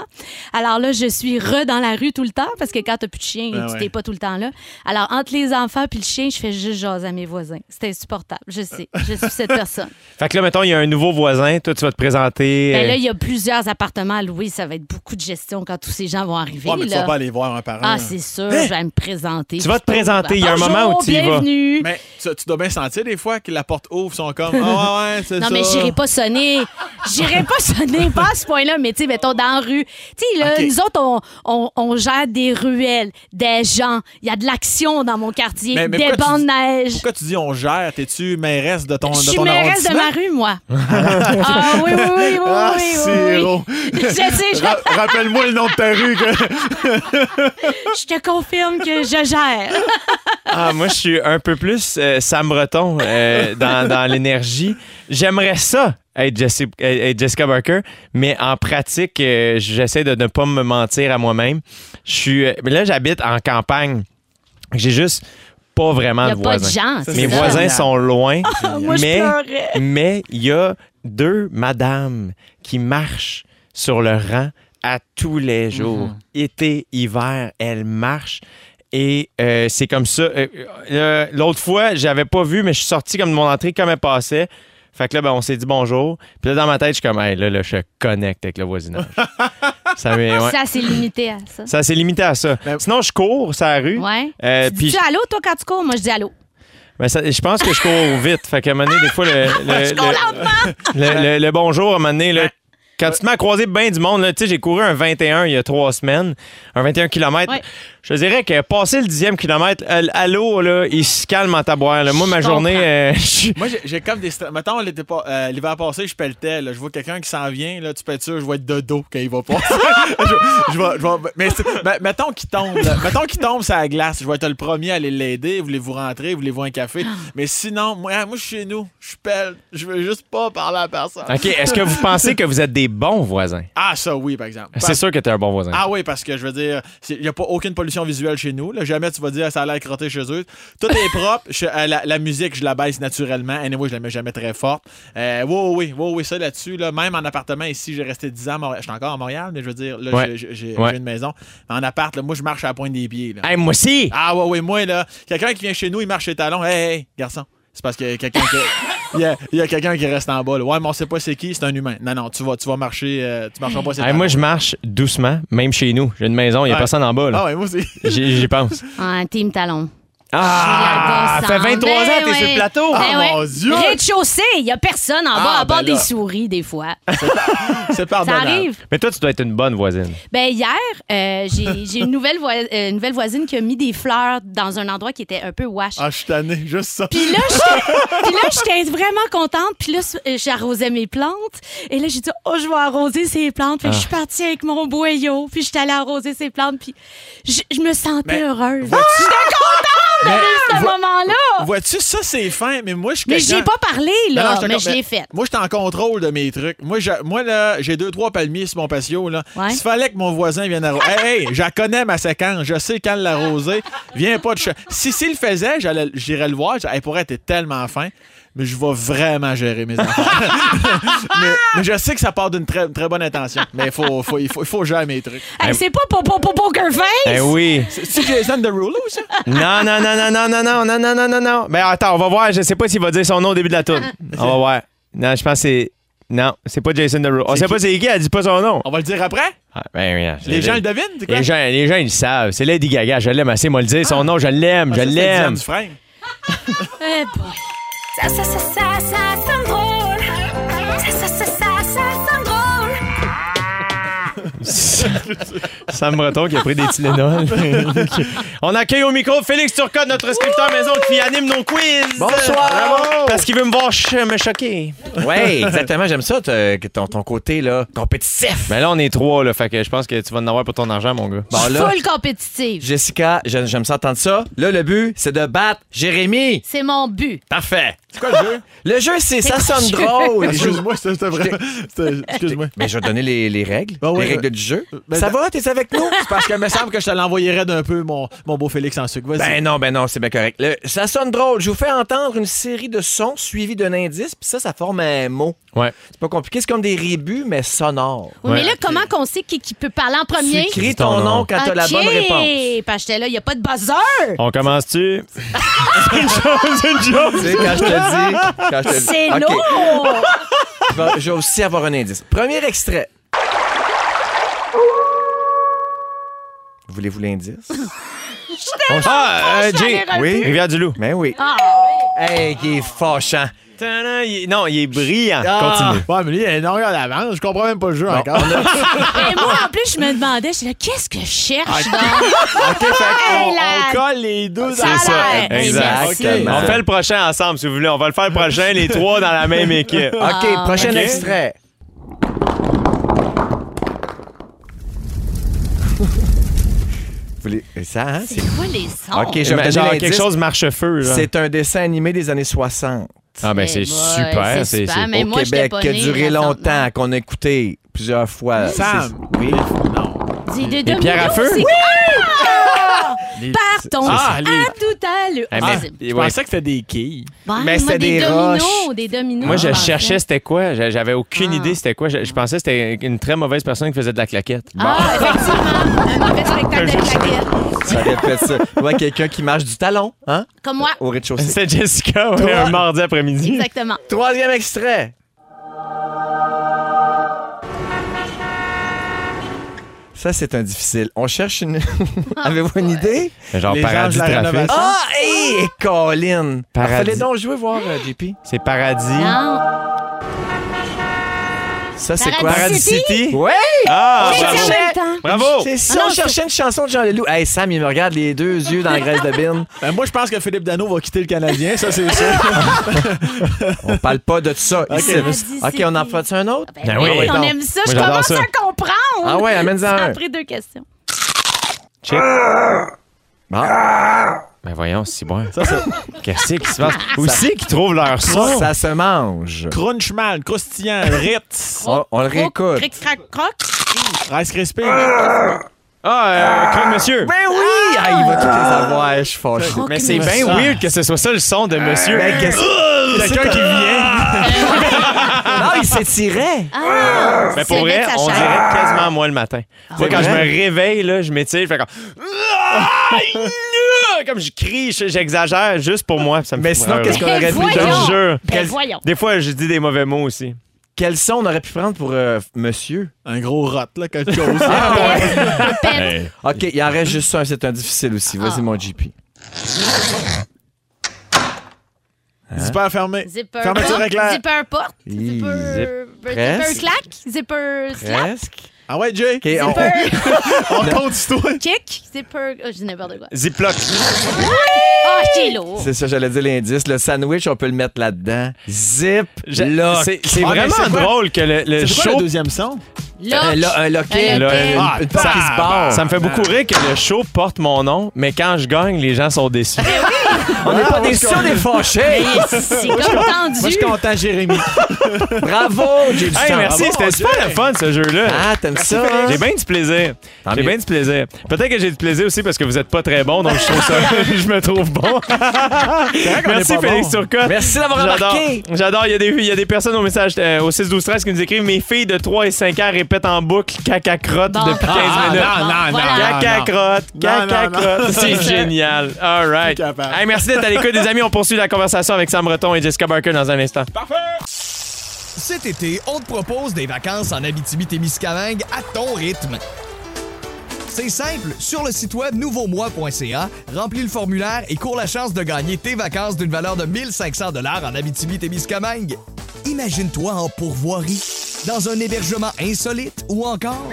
Alors là, je suis re dans la rue tout le temps, parce que quand t'as plus de chien, Ah tu ouais. t'es pas tout le temps là. Alors, entre les enfants puis le chien, je fais juste jaser à mes voisins. C'est insupportable, je sais. Je suis cette personne. Fait que là, mettons, il y a un nouveau voisin. Toi, tu vas te présenter. Ben euh, là, il y a plusieurs appartements à louer, ça va être beaucoup de gestion quand tous ces gens vont arriver, Ouais, mais tu là. vas pas aller voir un parent. Ah, là. c'est sûr, je vais me présenter. Hein? Tu vas te présenter, il y a un Bonjour, moment où tu y vas. bienvenue. Mais tu, tu dois bien sentir des fois que la porte ouvre, ils sont comme Ah ouais, ouais, c'est Non, ça. mais j'irai pas sonner. J'irai pas sonner, pas à ce point-là, mais tu sais, mettons dans la rue. Tu sais, là, OK. nous autres, on, on- on gère des ruelles, des gens. Il y a de l'action dans mon quartier, Mais- mais des pourquoi tu bandes de neige. Pourquoi tu dis on gère T'es-tu mairesse de ton, Je de suis ton mairesse de arrondissement? ma rue, moi. ah oui, oui, oui, oui, Ah, oui, oui, oui. Ah. Siro. Je sais, je, Ra- Ah, Rappelle-moi le nom de ta rue. que- je te confirme que je gère. Ah, moi, je suis un peu plus euh, Sam Breton euh, dans, dans l'énergie. J'aimerais ça être, Jessi- euh, être Jessica Barker, mais en pratique, euh, j'essaie de ne pas me mentir à moi-même. Je suis, euh, mais là, j'habite en campagne. J'ai juste pas vraiment Il n'y a de pas de voisins. gens. c'est Mes Ah, ça. voisins sont loin, Moi, je mais pleurais. mais il y a deux madames qui marchent sur le rang à tous les jours. Été, hiver, elles marchent. Et euh, c'est comme ça. Euh, euh, L'autre fois, j'avais pas vu, mais je suis sorti comme de mon entrée comme elle passait. Fait que là, ben, on s'est dit bonjour. Puis là, dans ma tête, je suis comme, hey, là, là, je connecte avec le voisinage. ça m'est- ouais. Ça, c'est limité à ça. Ça s'est limité à ça. Ben- Sinon, je cours sur la rue. Ouais. Euh, tu puis- dis allô, toi, quand tu cours? Moi, je dis allô. Ben, ça- je pense que je cours vite. Fait qu'à un moment donné, des fois, le, le, le- le- le- le bonjour, à un moment donné, là, quand tu te mets à croiser bien du monde, là, tu sais, j'ai couru un 21 il y a trois semaines, un 21 km. Ouais. Je te dirais que passer le dixième kilomètre, euh, allô, là, il se calme en taboire. là. Moi, ma Je journée, comprends. euh, je suis- Moi, j'ai- j'ai comme des. stra- Mettons, l'été pas- euh, l'hiver passé, je pelletais. Là. Je vois quelqu'un qui s'en vient. Là, tu peux être sûr, je vais être de dos quand il va passer. je, je vais, je vais- mais c'est- ben, mettons qu'il tombe. là. Mettons qu'il tombe sur la glace. Je vais être le premier à aller l'aider. Voulez-vous rentrer? Voulez-vous un café? Ah. Mais sinon, moi, moi, je suis chez nous. Je pelle. Je veux juste pas parler à personne. Ah. OK, est-ce que vous pensez que vous êtes des bons voisins? Ah, ça, oui, par exemple. C'est sûr que t'es un bon voisin. Ah oui, parce que je veux dire, il n'y a pas aucune pollution visuelle chez nous. là. Jamais tu vas dire ça a l'air crotté chez eux. Tout est propre. Je- euh, la, la musique, je la baisse naturellement. Anyway, je la mets jamais très forte. Euh, oui, oui, oui, oui, ça là-dessus. là, même en appartement ici, j'ai resté 10 ans à Montréal. Je suis encore à Montréal, mais je veux dire, là, Ouais. j'ai- j'ai Ouais. j'ai une maison. En appart, là, moi, je marche à la pointe des pieds. là. Hey, moi aussi! Ah ouais, ouais, moi, là, quelqu'un qui vient chez nous, il marche ses talons. Hey, hey, garçon. C'est parce que quelqu'un qui. Il y a, il y a quelqu'un qui reste en bas. là. Ouais, mais on sait pas c'est qui, c'est un humain. Non, non, tu vas, tu vas marcher. euh, tu marcheras pas ses Hey, talons. moi, je marche doucement, même chez nous. J'ai une maison, il n'y a Ah Ouais. personne en bas. là. Ah ouais, moi aussi. J'y j'y pense. Un team talon. Ah, fait Julien Bossan. 23 ans, Ben t'es sur ouais. le plateau. Ah, Ben mon ouais. Dieu! Rez-de-chaussée, il n'y a personne en Ah, bas, à ben part des là. Ah, ben souris, des fois. C'est Ça pardonnable. arrive. Mais toi, tu dois être une bonne voisine. Ben hier, euh, j'ai j'ai une, nouvelle voi- euh, une nouvelle voisine qui a mis des fleurs dans un endroit qui était un peu wash. Ah, je suis tanné, juste ça. Puis là, j'étais- puis là, j'étais vraiment contente. Puis là, euh, j'arrosais mes plantes. Et là, j'ai dit, oh, je vais arroser ces plantes. Fait que je Ah. suis partie avec mon boyau. Puis j'étais allée arroser ces plantes. Puis je, je me sentais heureuse. Mais à ce vo- moment-là. Vois-tu, ça, c'est fin, mais moi, je suis Mais quelqu'un- j'ai pas parlé, Non, non, suis là. mais d'accord, je l'ai faite. Moi, j'étais en contrôle de mes trucs. Moi, je- moi là, j'ai deux, trois palmiers sur mon patio. Là. Ouais. S'il fallait que mon voisin vienne arroser. hey, hey, je la connais ma séquence. Je sais quand l'arroser. Viens pas de chez- Si s'il le faisait, j'allais- j'irais le voir. Je dirais, Hey, pour elle, t'es tellement fin. Mais je vais vraiment gérer mes affaires. mais, mais je sais que ça part d'une très, très bonne intention. Mais faut, faut, il faut, il faut gérer mes trucs. Hey, c'est pas pour, pour, pour Poker Face. Eh oui. C'est Jason Derulo, ça? Non, non, non, non, non, non, non, non, non, non, non, non. Ben attends, on va voir. Je sais pas s'il va dire son nom au début de la tourne. On va voir. Non, je pense que c'est. Non, c'est pas Jason Derulo. On C'est sait qui? pas c'est qui, elle dit pas son nom. On va le dire après? Ah, ben, regarde, je Les l'ai gens dit. le devinent? c'est quoi? les gens, les gens, ils le savent. C'est Lady Gaga. Je l'aime assez, moi le dire. Son nom, je l'aime, Ah, je ça, c'est Diane l'aime. Dufresne. Eh boy. Ça, ça, ça, ça, ça sonne drôle. Ça, ça, ça, ça, ça sonne drôle. Sam Breton qui a pris des Tylenol. Ok. On accueille au micro Félix Turcotte, notre sculpteur maison qui anime nos quiz. Bonsoir. Bravo. Parce qu'il veut me voir ch- me choquer. Ouais, exactement. J'aime ça, te- que ton, ton côté là, compétitif. Ben là, on est trois, là. Fait que je pense que tu vas en avoir pour ton argent, mon gars. Bon, là, Full compétitive. Jessica, je- j'aime ça entendre ça. Là, le but, c'est de battre Jérémy. C'est mon but. Ben Parfait. C'est quoi le jeu? Le jeu, c'est ça quoi sonne le jeu? drôle. Excuse-moi, c'était vrai. C'était- Excuse-moi. Mais je vais donner les, les règles, Ben ouais, les règles ben- du jeu. ben- ça va, t'es avec nous? C'est parce que me semble que je te l'envoyerais d'un peu, mon, mon beau Félix en sucre. Vas-y. Ben non, ben non, c'est bien correct. Le- ça sonne drôle. Je vous fais entendre une série de sons suivis d'un indice, puis ça, ça forme un mot. Ouais. C'est pas compliqué, c'est comme des rébus, mais sonores. Oui, Ouais. Mais là, comment qu'on sait qui, qui peut parler en premier? Tu cries ton Ton nom. nom quand t'as la OK. bonne réponse. Parce que j'étais là, il n'y a pas de buzzer. On commence-tu? c'est une chose, c'est une chose. Tu sais, quand je te le dis. Quand je te le dis. C'est OK. lourd. Je vais- Je vais aussi avoir un indice. Premier extrait. Voulez-vous l'indice? Ah, euh, Jay. j'avais Oui. retenu. Rivière-du-Loup. Ben oui. Ah, Hey, qui est fâchant. Tadam, il- Non, il est brillant. Ah! Continue. Ouais, mais lui, il est énorme à l'avance. Je comprends même pas le jeu encore. Et moi, en plus, je me demandais, je suis là, qu'est-ce que je cherche dans OK, fait qu'on- Hey, la- on colle les deux Ça a ensemble. Ben, l'air. Hey, Exact. merci. Exactement. On fait le prochain ensemble, si vous voulez. On va le faire le prochain, les trois dans la même équipe. Ah. OK, prochain extrait. Voulez... Ça, hein? C'est- C'est quoi les sons? OK, je vais vous Genre donner quelque l'indice. chose marche-feu. là. C'est un dessin animé des années 60. Ah ben c'est Eh boy, super. c'est c'est- super, c'est- mais- au moi, j'étais Québec, pas qui a née, duré là, longtemps, qu'on a écouté plusieurs fois. Sam. C'est- Oui. Dis de Les pierres à feu? Domino, c'est- Ah! Partons Ah, les- à tout à l'heure. Eh, Ah, mais- c'est- Je ouais. pensais que c'était des quilles. Ouais, mais Ben, moi, Ben, c'était des, des dominos, roches. des dominos. Ah, Moi, je Ah, pensais. cherchais c'était quoi. J'a- J'avais aucune Ah. idée c'était quoi. Je, je pensais que c'était une très mauvaise personne qui faisait de la claquette. Ah, effectivement. Un mauvais spectacle de claquettes. Ça répète ça. Ouais, quelqu'un qui marche du talon, hein? Comme moi. Au rez-de-chaussée. C'était Jessica, ouais, un mardi après-midi. Exactement. Troisième extrait. Ça, c'est un difficile. On cherche une. Ah, Avez-vous une idée? Genre Les paradis anges de la trafic. rénovation. Oh, Ah, hé, Colin! Paradis. Fallait donc jouer voir, euh, JP. C'est paradis. Ah. Non. Ça, c'est quoi? Paradis Ah. Paradis City. Ouais! Ah, C'est C'est bravo. en cherchais- même temps. Bravo. C'est ça, Ah non, on cherchait une chanson de Jean Leloup. Hey, Sam, il me regarde les deux yeux dans la graisse de bine. Ben, moi, je pense que Philippe Dano va quitter le Canadien. Ça, c'est sûr. On parle pas de ça ici. Paradis OK, on en City. fera-tu un autre? Ben Ben oui, oui, on donc. aime ça. Moi, je j'adore commence ça. à comprendre. Ah ouais, amène-en un. Après deux questions. Ben voyons, c'est bon. Qu'est-ce qui se passe? Où c'est qu'ils trouvent leur son? Ça se mange. Crunchman, croustillant, Ritz, On, on le Croc, réécoute. cric, crac, croc. Rice Krispies. Ah, euh, Croque monsieur. Ben oui! Ah, il va tout les avoir, je suis fâché. Mais c'est bien Croque-monsieur. weird que ce soit ça le son Euh, de monsieur. Ben, qu'est-ce Quelqu'un qui vient. Ah, il s'étirait! Ah, Mais c'est pour vrai, que ça Ah, on change. dirait quasiment moi le matin. Moi, C'est quand je me vrai? réveille, là, je m'étire, je fais comme. Comme je crie, je- j'exagère juste pour moi. puis Ça me Mais fait sinon, rire. qu'est-ce qu'on Ben aurait pu Je voyons. prendre? te jure. Ben voyons. Des fois, je dis des mauvais mots aussi. Quel son on aurait pu prendre pour euh, monsieur? Un gros rot, là, quelque chose. Ah. Pep, pep. ben OK, il en reste juste un, c'est un difficile aussi. Vas-y, mon JP. Super fermé. Zipper. Fermeture éclair. Zipper porte. Hi, Zipper. Zipper presque. claque. Zipper slap. Presque. Ah ouais, Jay? OK, on- Zipper On compte sur toi. kick. Zipper. Oh, j'ai n'importe quoi. Ziploc. Ah, c'est lourd. C'est ça, j'allais dire l'indice. Le sandwich, on peut le mettre là-dedans. Zip, lock. C'est c'est Ah, mais vraiment C'est drôle. drôle que le, le C'est quoi le show. deuxième son? Un, lo- Là. un loquet. Un Une- loquet. une- Ah, une porte qui se barre. Ça me fait beaucoup rire que le show porte mon nom, mais quand je gagne, les gens sont déçus. On n'est pas déçus, on Ah, est fâchés. C'est comme Moi, je tendu. suis content, Jérémy. Bravo, j'ai du Hey, sang. merci, Ah, Bravo. c'était super le fun ce jeu-là. Ah, t'aimes ça? hein? J'ai bien du plaisir. Tant J'ai mieux. bien du plaisir. Peut-être que j'ai du plaisir aussi parce que vous êtes pas très bon, donc je trouve ça. je me trouve bon. Merci pas Félix bon. Turcotte. Merci d'avoir J'adore. embarqué. J'adore. Il y, a des, il y a des personnes au message euh, au 6 12 13 qui nous écrivent mes filles de 3 et 5 ans répètent en boucle caca crotte Bon. depuis 15 Ah, minutes. non, non, Voilà. non, non. Caca crotte, Non, caca non, crotte. C'est ça. génial. All right. Plus capable. Hey, merci d'être à l'écoute des amis. On poursuit la conversation avec Sam Breton et Jessica Barker dans un instant. Cet été, on te propose des vacances en Abitibi-Témiscamingue à ton rythme. C'est simple, sur le site web nouveaumois.ca, remplis le formulaire et cours la chance de gagner tes vacances d'une valeur de 1500 dollars en Abitibi-Témiscamingue. Imagine-toi en pourvoirie, dans un hébergement insolite ou encore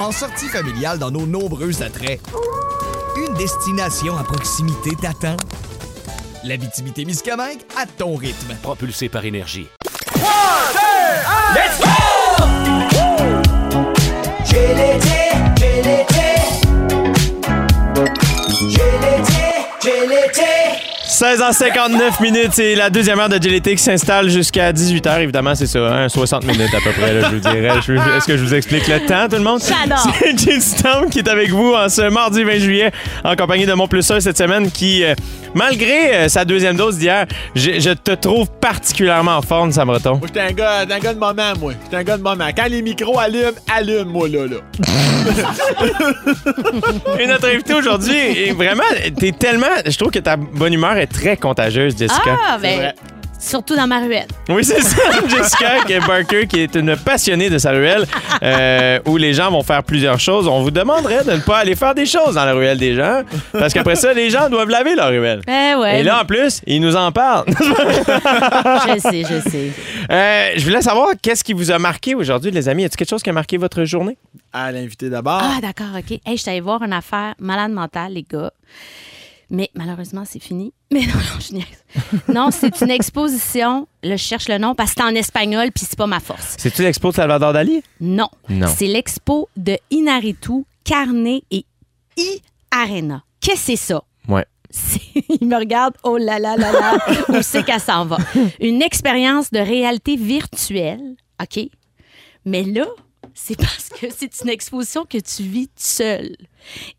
en sortie familiale dans nos nombreux attraits. Une destination à proximité t'attend. L'Abitibi-Témiscamingue à ton rythme. Propulsé par énergie. J'ai l'été, j'ai l'été. J'ai l'été, j'ai l'été. 16h59 minutes, c'est la deuxième heure de GLT qui s'installe jusqu'à 18h. Évidemment, c'est ça, hein, 60 minutes à peu près, là, je vous dirais. Je- Est-ce que je vous explique le temps, tout le monde? J'adore. C'est Jim Storm qui est avec vous en ce mardi 20 juillet en compagnie de mon plus un cette semaine qui, euh, malgré euh, sa deuxième dose d'hier, je, je te trouve particulièrement en forme, Sam Breton. Moi, j'étais un gars, j'étais un gars de moment, moi. J'étais un gars de moment. Quand les micros allument, allume, moi, là, là. Et notre invité aujourd'hui est vraiment, t'es tellement, je trouve que ta bonne humeur est très contagieuse, Jessica. Ah, C'est ben. vrai. Surtout dans ma ruelle. Oui, c'est ça, Jessica qui est Barker, qui est une passionnée de sa ruelle, euh, où les gens vont faire plusieurs choses. On vous demanderait de ne pas aller faire des choses dans la ruelle des gens, parce qu'après ça, les gens doivent laver leur ruelle. Eh ouais. Et là, en plus, ils nous en parlent. Je sais, je sais. Euh, je voulais savoir qu'est-ce qui vous a marqué aujourd'hui, les amis. Y a-t-il quelque chose qui a marqué votre journée? À l'invité d'abord. Ah, d'accord, OK. Hey, je suis allée voir une affaire malade mentale, les gars. Mais malheureusement, c'est fini. Mais non, non, je niaise. Non, c'est une exposition. Là, je cherche le nom parce que c'est en espagnol puis c'est pas ma force. C'est-tu l'expo de Salvador Dali? Non. Non. C'est l'expo de Inaritu, Carnet et I-Arena. Qu'est-ce que c'est ça? Ouais. C'est- Il me regarde, oh là là là là, où c'est qu'elle s'en va? Une expérience de réalité virtuelle, OK? Mais là, c'est parce que c'est une exposition que tu vis seul.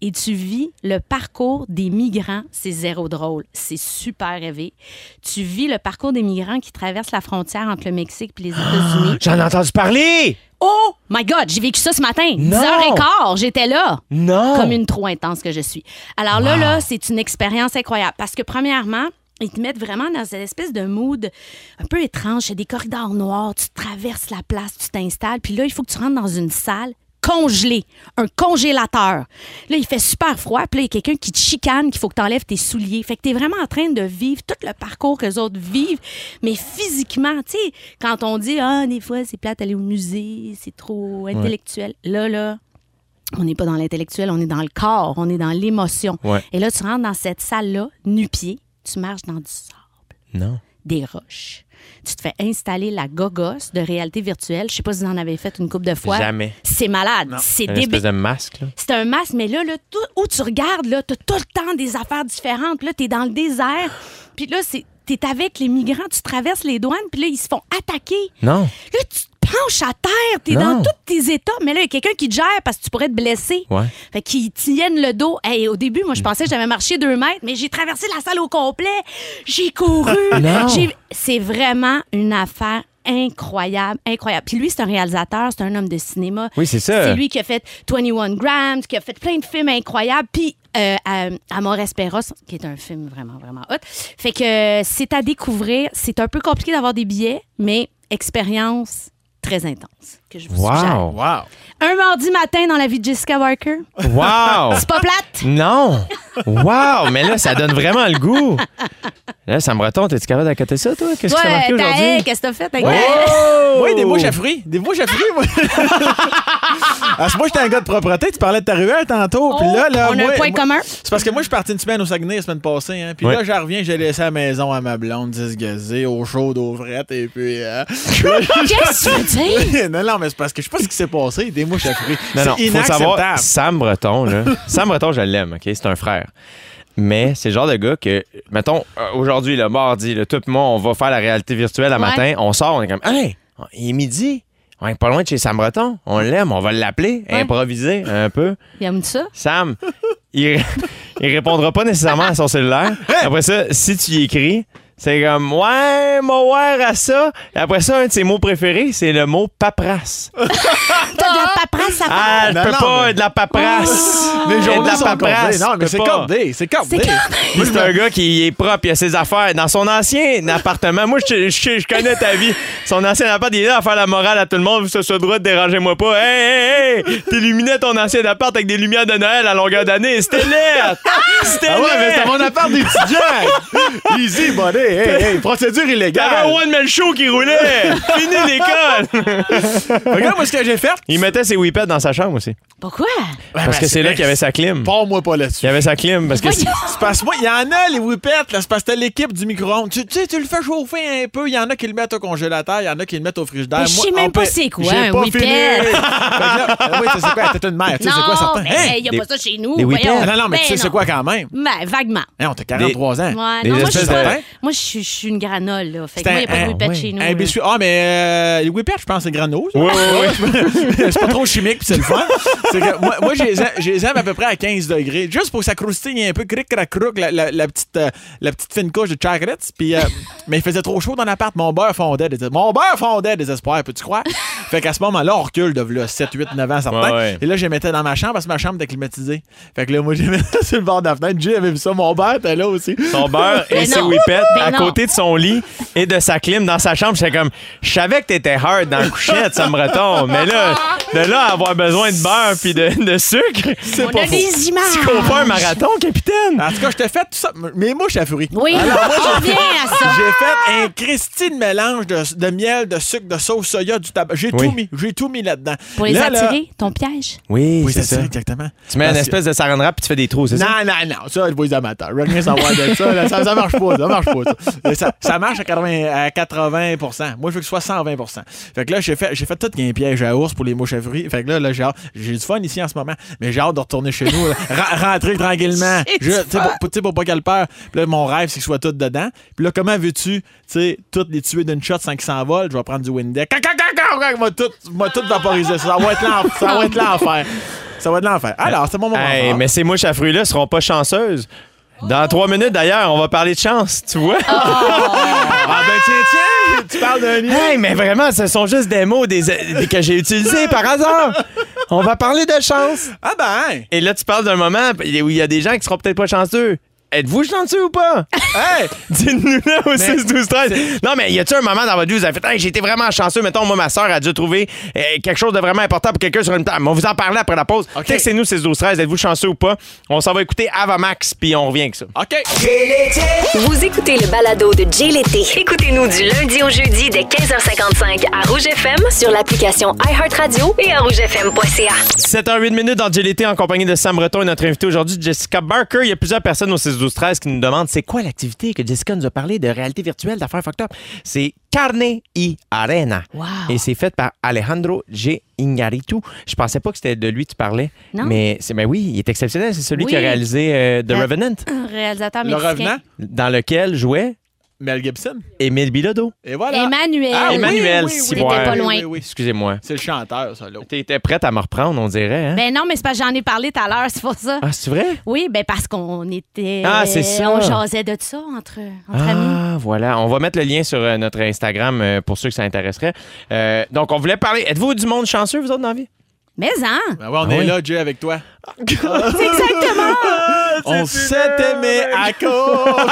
Et tu vis le parcours des migrants. C'est zéro drôle. C'est super rêvé. Tu vis le parcours des migrants qui traversent la frontière entre le Mexique et les États-Unis. J'en ai entendu parler! Oh my God, j'ai vécu ça ce matin. Non. 10h15, j'étais là. Non! Comme une trop intense que je suis. Alors là, là, c'est une expérience incroyable. Parce que premièrement, ils te mettent vraiment dans cette espèce de mood un peu étrange. C'est des corridors noirs, tu traverses la place, tu t'installes. Puis là, il faut que tu rentres dans une salle congelée, un congélateur. Là, il fait super froid. Puis là, il y a quelqu'un qui te chicane, qu'il faut que tu enlèves tes souliers. Fait que tu es vraiment en train de vivre tout le parcours que les autres vivent, mais physiquement. Tu sais, quand on dit, ah, des fois, c'est plate aller au musée, c'est trop intellectuel. Là, là, on n'est pas dans l'intellectuel, on est dans le corps, on est dans l'émotion. Ouais. Et là, tu rentres dans cette salle-là, nu-pied, tu marches dans du sable, Non. des roches. Tu te fais installer la gogosse de réalité virtuelle. Je sais pas si vous en avez fait une coupe de fois. Jamais. C'est malade. C'est Une débile. espèce de masque, là. C'est un masque, mais là, là tout- où tu regardes, là, t'as tout le temps des affaires différentes. Puis Là, t'es dans le désert. Puis là, c'est t'es avec les migrants, tu traverses les douanes, puis là, ils se font attaquer. Non. Là, tu te penches à terre, t'es Non. dans tous tes états, mais là, il y a quelqu'un qui te gère parce que tu pourrais te blesser. Ouais. Fait qu'ils tiennent le dos. Hey, au début, moi, je pensais que j'avais marché deux mètres, mais j'ai traversé la salle au complet. J'ai couru. Non. J'ai- C'est vraiment une affaire incroyable, incroyable. Puis lui, c'est un réalisateur, c'est un homme de cinéma. Oui, c'est ça. C'est lui qui a fait 21 Grams, qui a fait plein de films incroyables. Puis euh, à, Amores Perros, qui est un film vraiment, vraiment hot. Fait que euh, c'est à découvrir. C'est un peu compliqué d'avoir des billets, mais expérience très intense que je vous suggère. Wow! Wow. Un mardi matin dans la vie de Jessica Walker. Wow! C'est pas plate? Non! Wow, mais là, ça donne vraiment le goût. Là, ça me retombe. T'es-tu capable d'accoter ça, toi? Qu'est-ce qui t'a marqué ta haie, aujourd'hui? qu'est-ce que t'as fait avec ta haie? Oh! Oui, des mouches à fruits. Des mouches à fruits, moi. Parce que Ah, moi, j'étais un gars de propreté. Tu parlais de ta ruelle tantôt. Oh, Puis là, là, Oh, on a moi- un point moi- commun. C'est parce que moi, je suis parti une semaine au Saguenay la semaine passée. Hein, puis Oui. là, je reviens, j'ai laissé à la maison à ma blonde, disgazée, au chaud, au vrette. Et puis. euh, là, Qu'est-ce que tu veux dire? non, non, mais c'est parce que je sais pas ce qui s'est passé. Des mouches à fruits. Non, non, C'est faut savoir, inacceptable. Sam Breton, là. Sam Breton, je l'aime, OK? C'est un frère. Mais c'est le genre de gars que, mettons, euh, aujourd'hui, le mardi, le tout le monde, on va faire la réalité virtuelle à Ouais. matin. On sort, on est comme, hey, il est midi. On est pas loin de chez Sam Breton. On l'aime, on va l'appeler, Ouais. improviser un peu. Il aime ça? Sam, il, il répondra pas nécessairement à son cellulaire. Après ça, si tu y écris, c'est comme ouais, m'a ouvert à ça. Et après ça, un de ses mots préférés, c'est le mot paperasse. T'as de la paperasse, ça Ah, elle Non, peut non, pas mais- de la paperasse. Les Et de journées la sont paperasse, cordées. Non, mais peut c'est pas. cordé. C'est cordé. Moi, c'est un gars qui est propre, il a ses affaires. Dans son ancien appartement, moi, je, je- je connais ta vie. Son ancien appart, il est là à faire la morale à tout le monde. Vous êtes sur le droit, dérangez-moi pas. Hey, hey, hey! T'illuminais ton ancien appart avec des lumières de Noël à longueur d'année. C'était laid! C'était Ah ouais, mais laid! c'est mon appart d'étudiant! Easy, buddy! Hey, hey, procédure illégale! T'avais un one-man show qui roulait! Fini l'école! Regarde, moi, ce que j'ai fait, Il mettait ses whippets dans sa chambre aussi. Ah! Pourquoi? parce que c'est là qu'il y avait sa clim. Pars-moi pas Il là-dessus. y avait sa clim parce que... Voyons. C'est parce que moi, il y en a, les whippets, là, c'est parce que t'as l'équipe du micro-ondes. Tu, tu sais, tu le fais chauffer un peu. Il y en a qui le mettent au congélateur, il y en a qui le mettent au frigidaire. Mais je Moi, sais on même pas peut- c'est quoi, J'ai un pas whippet. fini. Fait que là, ah oui, tu sais c'est quoi? T'es une mère, tu sais c'est quoi, Non, certain? mais Hein? il n'y a Des- pas ça chez nous. des week-ends. voyons. Ah Non, non, mais tu Ben sais c'est non. quoi quand même? Ben, vaguement. Hein, on t'a 43 ans. Ouais, Des non, moi, je espèces suis de- pas- moi, je suis- je suis une granole, là. Fait que C'est moi, il n'y a pas un- de whippet ouais. chez nous. Un là. biscuit. Ah, mais euh, les whippets, je pense, c'est granos. Oui, oui, oui. c'est pas trop chimique, puis c'est le fun. C'est que moi, moi je les aime- je les aime à peu près à 15 degrés, juste pour que ça croustille un peu, cric, crac, croc, la, la- la petite, euh, la petite fine couche de chocolates. Puis, euh, mais il faisait trop chaud dans l'appart, mon beurre fondait. Des, mon beurre fondait, désespoir, peux-tu croire? Fait qu'à ce moment-là, on recule de là, 7, 8, 9 ans, certain. Ouais, ouais. Et là, je les mettais dans ma chambre parce que ma chambre était climatisée. Fait que là, moi, j'ai mis ça sur le bord de la fenêtre. J'ai avait vu ça, mon beurre était là aussi. Son beurre et Mais ses non. whippets Mais à non. côté de son lit et de sa clim dans sa chambre. J'étais comme, je savais que t'étais hard dans la couchette, ça me retombe. Mais là, de là à avoir besoin de beurre puis de, de sucre, c'est On a des images. Tu cours pas un marathon, capitaine? En tout cas, je t'ai fait tout ça. Mes mouches à furie. Oui, on revient à ça. J'ai fait un Christine mélange de, de miel, de sucre, de sauce soya, du tabac. J'ai Oui. tout mis. J'ai tout mis là-dedans. Pour les Là, là- attirer, ton piège. Oui, Oui, c'est ça, exactement. Tu mets une Parce que- espèce de saran wrap puis tu fais des trous, c'est Non, ça? non, non, ça, c'est pour les amateurs. Je veux rien savoir de ça. là. ça. Ça marche pas, ça marche pas. Ça, Mais ça, ça marche à 80, à 80 Moi, je veux que ce soit 120 Fait que là, j'ai fait, j'ai fait tout un piège à ours pour les mouches à fruits. Fait que là, là j'ai, hâte- j'ai du fun ici en ce moment, mais j'ai hâte de retourner chez nous, là. Ra- rentrer tranquillement. J'ai Je- du Tu sais, pour, tu sais, pour pas qu'elle peur. Puis là, mon rêve, c'est que soit tout dedans. Puis là, comment veux-tu, tu sais, toutes les tuer d'une shot sans qu'ils s'envolent? Je vais prendre du Windex. Cac, cac, cac, cac, cac, Moi, tout, moi, tout vaporiser. Ça va être l'enfer. Ça va être l'enfer. Ça va être l'enfer. Alors, c'est mon moment. Hey, fort. mais ces mouches à fruits-là seront pas chanceuses. Dans trois minutes, d'ailleurs, on va parler de chance, tu vois? Ah ben tiens, tiens, tu parles d'un lien. Hey, mais vraiment, ce sont juste des mots des, des- que j'ai utilisés par hasard. On va parler de chance. Ah ben, Et là, tu parles d'un moment où il y a des gens qui seront peut-être pas chanceux. Êtes-vous chanceux ou pas? hey, Dites-nous là au 6 12 13. Non mais y a-tu un moment dans votre vie où vous avez fait hey, j'ai été vraiment chanceux mettons moi ma sœur a dû trouver euh, quelque chose de vraiment important pour quelqu'un sur une table. On va vous en parler après la pause. OK. Textez-nous 6 12 13 êtes-vous chanceux ou pas On s'en va écouter Avamax puis on revient avec ça. ok. J'ai l'été, Vous écoutez le balado de Jay l'été. Écoutez-nous du lundi au jeudi dès 15h55 à Rouge FM sur l'application iHeartRadio et à rougefm.ca. 7h08 minutes dans JLT en compagnie de Sam Breton et notre invité aujourd'hui Jessica Barker. Il y a plusieurs personnes au 6 12 13 qui nous demandent c'est quoi l'activité que Jessica nous a parlé de réalité virtuelle d'affaires fucked up. C'est Carne y Arena. Wow. Et c'est fait par Alejandro G. Iñárritu. Je pensais pas que c'était de lui que tu parlais. Non. Mais c'est ben oui, il est exceptionnel, c'est celui Oui. qui a réalisé euh, The La- Revenant Un réalisateur Le mexicain. revenant, dans lequel jouait Mel Gibson. Émile Bilodeau. Et voilà. Emmanuel. Ah, oui, Emmanuel oui, oui, T'étais Ciboire. pas loin. Oui, oui, oui. Excusez-moi. C'est le chanteur, ça, l'autre. T'étais prête à me reprendre, on dirait hein? Ben non, mais c'est parce que j'en ai parlé tout à l'heure, c'est pour ça. Ah, c'est vrai Oui, ben parce qu'on était. euh, Ah, c'est ça. On jasait de ça entre, entre amis. Ah, voilà. On va mettre le lien sur euh, notre Instagram euh, pour ceux que ça intéresserait. Euh, donc, on voulait parler. Êtes-vous du monde chanceux, vous autres, dans la vie? Mais hein? Ben ouais, on est là, Jay, avec toi. C'est exactement! On s'est aimé à cause.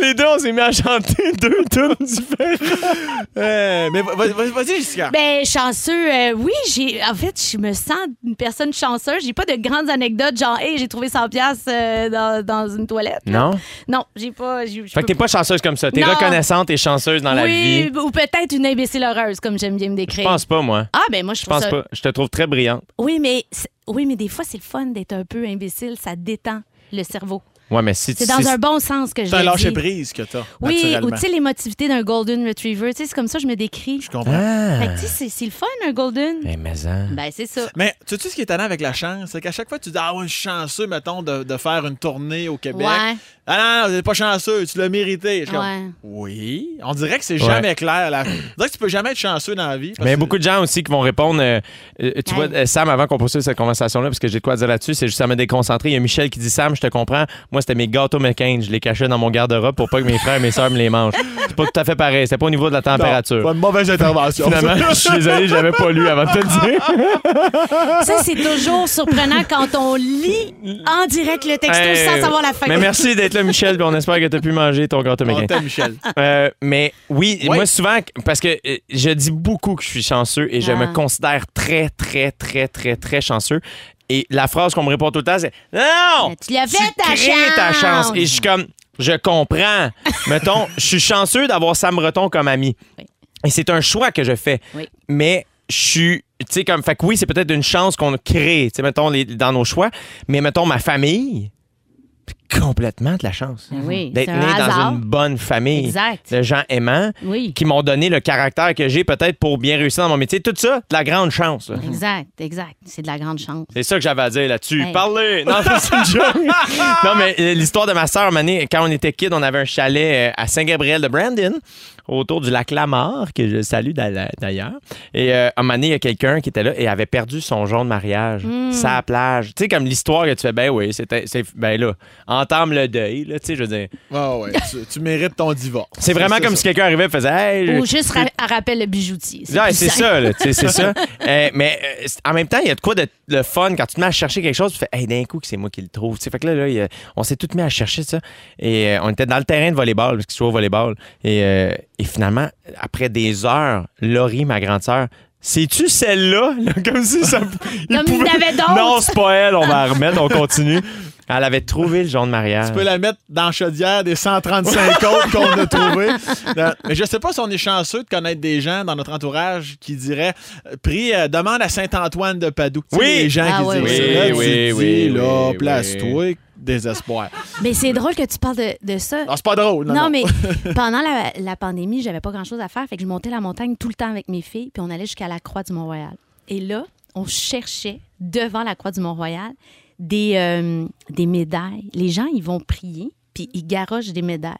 Les deux, on s'est mis à chanter deux tunes différentes. Euh, mais va- va- va- vas-y, Jessica. Ben, chanceux, euh, oui, j'ai. En fait, je me sens une personne chanceuse. J'ai pas de grandes anecdotes, genre, hey, j'ai trouvé 100$ piastres, euh, dans, dans une toilette. Non. Non, j'ai pas. j'ai- je Fait que t'es peux- pas chanceuse comme ça. T'es Non. reconnaissante et chanceuse dans la oui, vie. ou peut-être une imbécile heureuse, comme j'aime bien me Je décrire. pense pas, moi. Ah, ben, moi, je Je trouve pense ça. pas. Je te trouve très brillante. Oui, mais, c'est- oui, mais des fois, c'est le fun d'être un peu imbécile. Ça détend le cerveau. Ouais, mais si tu. C'est dans un bon sens que je C'est un le dis. lâcher-prise que t'as, Oui, ou naturellement. tu sais, l'émotivité d'un Golden Retriever. Tu sais, c'est comme ça que je me décris. Je comprends. Fait Ah! Eh, que, tu sais, c'est- c'est le fun, un Golden. Mais hein. maison. Ben, c'est ça. Mais tu sais ce qui est étonnant avec la chance? C'est qu'à chaque fois, tu dis Ah ouais, je suis chanceux, mettons, de, de faire une tournée au Québec. Ouais. Ah non, non, t'es pas chanceux, tu l'as mérité. Je suis comme, Ouais. Oui. On dirait que c'est Ouais. jamais clair. Là. On dirait que tu peux jamais être chanceux dans la vie. parce Mais que- beaucoup de gens aussi qui vont répondre. euh, euh, tu Ouais. vois, euh, Sam, avant qu'on poursuive cette conversation-là, parce que j'ai de quoi dire là-dessus, c'est juste ça m'a déconcentré. Il y a Michel qui dit Sam, je te comprends. Moi, c'était mes gâteaux McCain. Je les cachais dans mon garde-robe pour pas que mes frères et mes sœurs me les mangent. C'est pas tout à fait pareil. C'était pas au niveau de la Non, température. pas une mauvaise intervention. Finalement, je suis désolé, j'avais pas lu avant de te le dire. Ça, c'est toujours surprenant quand on lit en direct le texto Hey, sans savoir la fin. Mais merci d'être là, Michel. puis on espère que tu as pu manger ton gâteau On McCain. t'aime, Michel. Euh, mais oui, Ouais. moi souvent, parce que euh, je dis beaucoup que je suis chanceux et je Ah. me considère très, très, très, très, très chanceux. Et la phrase qu'on me répond tout le temps, c'est Non! Tu l'as fait, ta crées chance! ta chance. Et je suis comme, je comprends. Mettons, je suis chanceux d'avoir Sam Breton comme ami. Oui. Et c'est un choix que je fais. Oui. Mais je suis. Tu sais, comme, fait que oui, c'est peut-être une chance qu'on crée, tu sais, mettons, les- dans nos choix. Mais mettons, ma famille, complètement de la chance. Ben oui, D'être c'est un né dans hasard. une bonne famille Exact. de gens aimants Oui. qui m'ont donné le caractère que j'ai peut-être pour bien réussir dans mon métier. Tout ça, de la grande chance. là. Exact, exact. C'est de la grande chance. C'est ça que j'avais à dire là-dessus. Hey. Parlez! Non, c'est une joke. Non, mais euh, l'histoire de ma sœur, Mané, quand on était kid, on avait un chalet euh, à Saint-Gabriel-de-Brandon, autour du lac Lamar, que je salue d'al- d'ailleurs. Et euh, à Mané, il y a quelqu'un qui était là et avait perdu son jonc de mariage, sa plage. Tu sais, comme l'histoire que tu fais, ben oui, c'était, c'est, ben là, entame le deuil, là, tu sais, je veux dire. Ah ouais, tu, tu mérites ton divorce. C'est vraiment comme si quelqu'un arrivait et faisait, hey, Ou juste ra- à rappel le bijoutier. Ouais, plus c'est simple. ça, là, tu sais, c'est ça. Euh, mais euh, c'est- en même temps, il y a de quoi de, le fun quand tu te mets à chercher quelque chose, tu fais, hey, d'un coup, que c'est moi qui le trouve. Tu sais, fait que là, là, il y a- on s'est tous mis à chercher ça. Et euh, on était dans le terrain de volleyball, parce que je joue au volleyball. Et, euh, et finalement, après des heures, Laurie, ma grande sœur, c'est-tu celle-là? Là, comme si ça. Comme il y en avait d'autres. Non, c'est pas elle, on va la remettre, on continue. Elle avait trouvé le genre de mariage. Tu peux la mettre dans la chaudière des 135 autres qu'on a trouvés. Non, Mais je sais pas si on est chanceux de connaître des gens dans notre entourage qui diraient euh, Prie, euh, demande à Saint-Antoine de Padoue. Tu sais, Oui. les gens Ah qui ouais, disent oui, ça. Là, tu oui, te oui, dis, là, oui, place-toi, désespoir. Mais c'est drôle que tu parles de, de ça. Ah, c'est pas drôle. Non, non. Non, mais pendant la, la pandémie, j'avais pas grand-chose à faire. Fait que je montais la montagne tout le temps avec mes filles, puis on allait jusqu'à la Croix du Mont-Royal. Et là, on cherchait devant la Croix du Mont-Royal des, euh, des médailles. Les gens, ils vont prier, puis ils garochent des médailles.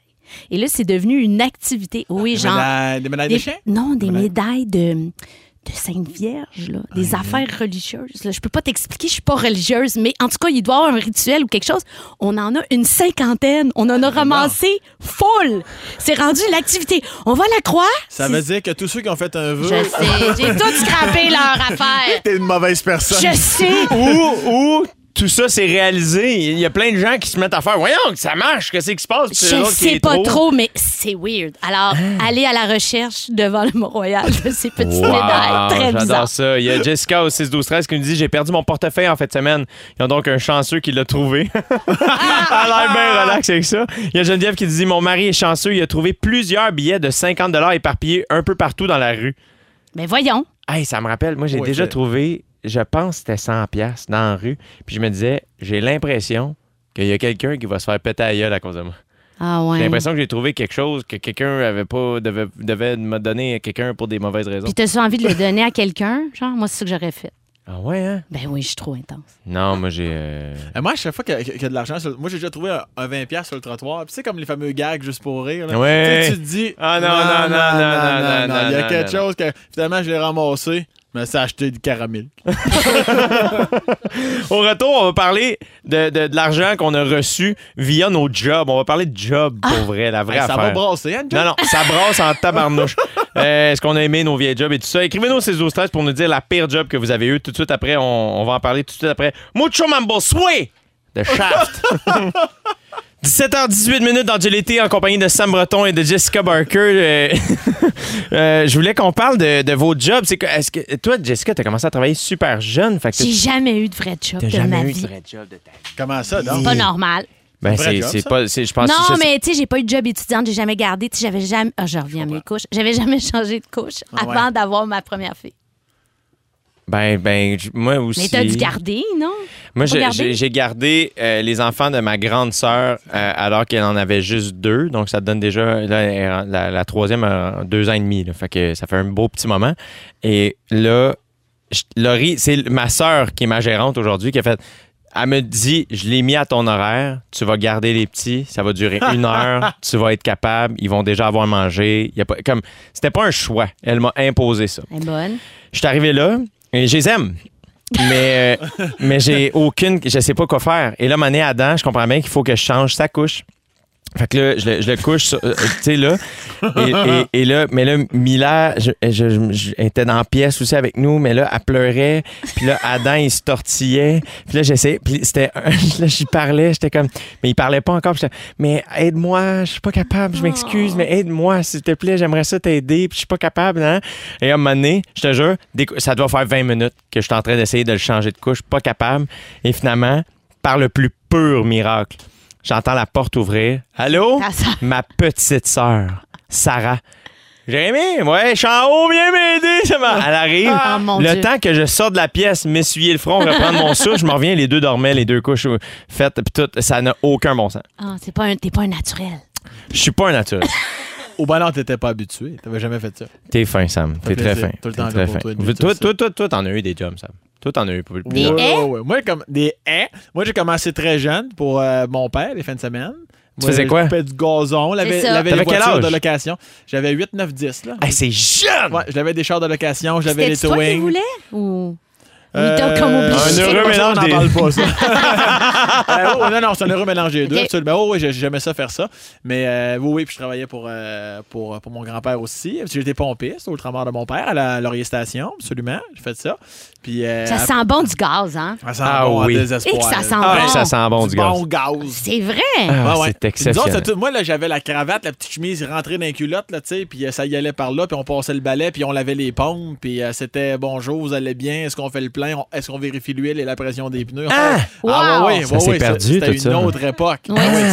Et là, c'est devenu une activité. Oui, Des genre. médailles- des médailles des- de chien? Non, des Voilà. médailles de, de Sainte Vierge, là, des affaires religieuses. Là. Je peux pas t'expliquer, je suis pas religieuse, mais en tout cas, il doit y avoir un rituel ou quelque chose. On en a une cinquantaine. On en a ramassé full. C'est rendu l'activité. On va la croire. Ça veut dire que tous ceux qui ont fait un Je vœu, sais, j'ai tout scrappé leur affaire. t'es une mauvaise personne. Je sais. ou, ou tout ça s'est réalisé. Il y a plein de gens qui se mettent à faire Voyons, que ça marche, qu'est-ce qui se passe? Puis c'est Je l'autre qui sais est Ah. pas trop, mais c'est weird. Alors, allez à la recherche devant le Mont-Royal de ces petites Wow, médailles très J'adore bizarres. ça. Il y a Jessica au 6 12 13 qui nous dit j'ai perdu mon portefeuille en fin de semaine. Ils ont donc un chanceux qui l'a trouvé. Elle a l'air Ah! bien relax avec ça. Il y a Geneviève qui dit mon mari est chanceux, il a trouvé plusieurs billets de 50 dollars éparpillés un peu partout dans la rue. Mais voyons. Hey, ça me rappelle, moi j'ai Ouais, déjà c'est- trouvé, je pense que c'était 100 pièces dans la rue, puis je me disais j'ai l'impression qu'il y a quelqu'un qui va se faire péter la gueule à cause de moi. Ah ouais. J'ai l'impression que j'ai trouvé quelque chose que quelqu'un avait pas devait, devait me donner à quelqu'un pour des mauvaises raisons. Puis t'as-tu envie de le donner à quelqu'un? Genre, moi, c'est ce que j'aurais fait. Ah ouais hein Ben oui, je suis trop intense. Non, moi j'ai euh, Euh, Moi, à chaque fois qu'il y a- qu'il y a de l'argent, sur le- moi j'ai déjà trouvé un, un 20$ sur le trottoir. Puis tu sais, comme les fameux gags juste pour rire. là. Ouais. Tu sais, tu te dis, Ah non, non, non, non, non, non, Il y a non, quelque non. chose que finalement je l'ai ramassé. Mais ça a acheté du caramel. Au retour, on va parler de, de, de l'argent qu'on a reçu via nos jobs. On va parler de job pour vrai, la vraie Hey, ça affaire. va brasser, hein, Joe? Non, non, ça brasse en tabarnouche. Euh, Est-ce qu'on a aimé nos vieilles jobs et tout ça? Écrivez-nous ces ostages pour nous dire la pire job que vous avez eue. Tout de suite après, on, on va en parler tout de suite après. Mucho Mambo Sway de Shaft. 17h18 minutes dans Jelly en compagnie de Sam Breton et de Jessica Barker. Euh, euh, je voulais qu'on parle de, de vos jobs. C'est que, est-ce que toi, Jessica, t'as commencé à travailler super jeune. Fait que J'ai jamais eu de vrai job de ma vie. Comment ça, non? Pas normal. Ben, vrai c'est job, c'est ça? pas. c'est- Je pense non, je- mais tu sais, j'ai pas eu de job étudiante, j'ai jamais gardé, tu sais, j'avais jamais. Ah, je reviens à mes couches. J'avais jamais changé de couche Ah ouais. avant d'avoir ma première fille. Ben, ben, j- moi aussi. Mais t'as dû garder, non? Moi, Pas j'ai- gardé? j'ai j'ai gardé euh, les enfants de ma grande sœur euh, alors qu'elle en avait juste deux. Donc, ça te donne déjà là, elle est ren- la, la troisième a deux ans et demi. là. Fait que ça fait un beau petit moment. Et là, je- Laurie, c'est l- ma sœur qui est ma gérante aujourd'hui qui a fait. Elle me dit, je l'ai mis à ton horaire, tu vas garder les petits, ça va durer une heure, tu vas être capable, ils vont déjà avoir mangé. Il Y a pas, comme, c'était pas un choix, elle m'a imposé ça. Elle est bonne. Je suis arrivé là et je les aime. Mais, euh, mais j'ai aucune. Je sais pas quoi faire. Et là, mané Adam, je comprends bien qu'il faut que je change sa couche. Fait que là, je le, je le couche, sur- euh, tu sais, là. Et, et- et là, mais là, Mila, je, je- je- je- elle était dans la pièce aussi avec nous, mais là, elle pleurait. Puis là, Adam, il se tortillait. Puis là, j'essayais. Puis c'était. un- Là, j'y parlais. J'étais comme. Mais il parlait pas encore. Puis j'étais, mais aide-moi, je suis pas capable, je m'excuse, mais aide-moi, s'il te plaît, j'aimerais ça t'aider. Puis je suis pas capable, hein. Et à un moment donné, je te jure, des cou- ça doit faire 20 minutes que je suis en train d'essayer de le changer de couche. Pas capable. Et finalement, par le plus pur miracle, j'entends la porte ouvrir. Allô? Ta sœur. Ma petite sœur, Sarah. Jérémy, ouais, je suis en haut, viens m'aider. ça m'a- Elle arrive. Ah, mon le Dieu. temps que je sors de la pièce, m'essuyer le front, reprendre mon souffle, je m'en reviens, les deux dormaient, les deux couches euh, faites, puis tout, ça n'a aucun bon sens. Ah, c'est pas un- t'es pas un naturel. Je suis pas un naturel. Au ballon, t'étais pas habitué. T'avais jamais fait ça. T'es fin, Sam. T'es très plaisir. fin. Tout le T'es temps très là pour fin. toi, Toi, Nick, toi, ça. toi, toi, t'en as eu des jobs, Sam. Toi, t'en as eu. pour- Ouais, haies? ouais, ouais. Moi, comme des haies. Moi, j'ai commencé très jeune pour euh, mon père les fins de semaine. Moi, faisais quoi? Je coupais du gazon, l'avais ça. l'avais les T'avais quel voitures âge? de location. J'avais 8, 9, 10. Là. Hey, c'est jeune! Ouais, je l'avais des chars de location, j'avais les C'était toi qui towing. voulais? Ou. Euh, Ou t'as comme Un obligé. heureux Ça, mélange on n'en des- parle pas, ça. Euh, oh, non, non, c'est un heureux mélange des deux, Ok. absolument. Oh, oui, j'ai- j'aimais ça faire ça. Mais euh, oui, oui, puis je travaillais pour, euh, pour, pour mon grand-père aussi. Puis J'étais pompiste au tramway de mon père à la Laurier Station, absolument. J'ai fait ça. Puis, euh, Ça sent bon du gaz, hein? Ça sent Ah bon en oui. désespoir. Et que ça sent Ah, Hey, bon. Ça sent bon du gaz. bon gaz. C'est vrai. Ah, Ah ouais. C'est Puis nous autres, exceptionnel. c'est tout- moi, là, j'avais la cravate, la petite chemise rentrée dans les culottes, là, tu sais, puis euh, ça y allait par là, puis on passait le balai, puis on lavait les pommes, puis euh, c'était bonjour, vous allez bien, est-ce qu'on fait le plein, On- est-ce qu'on vérifie l'huile et la pression des pneus? Ah! Wow! ouais, ouais, Ça ouais, s'est ouais, perdu, C'était tout une ça. autre époque. Ouais.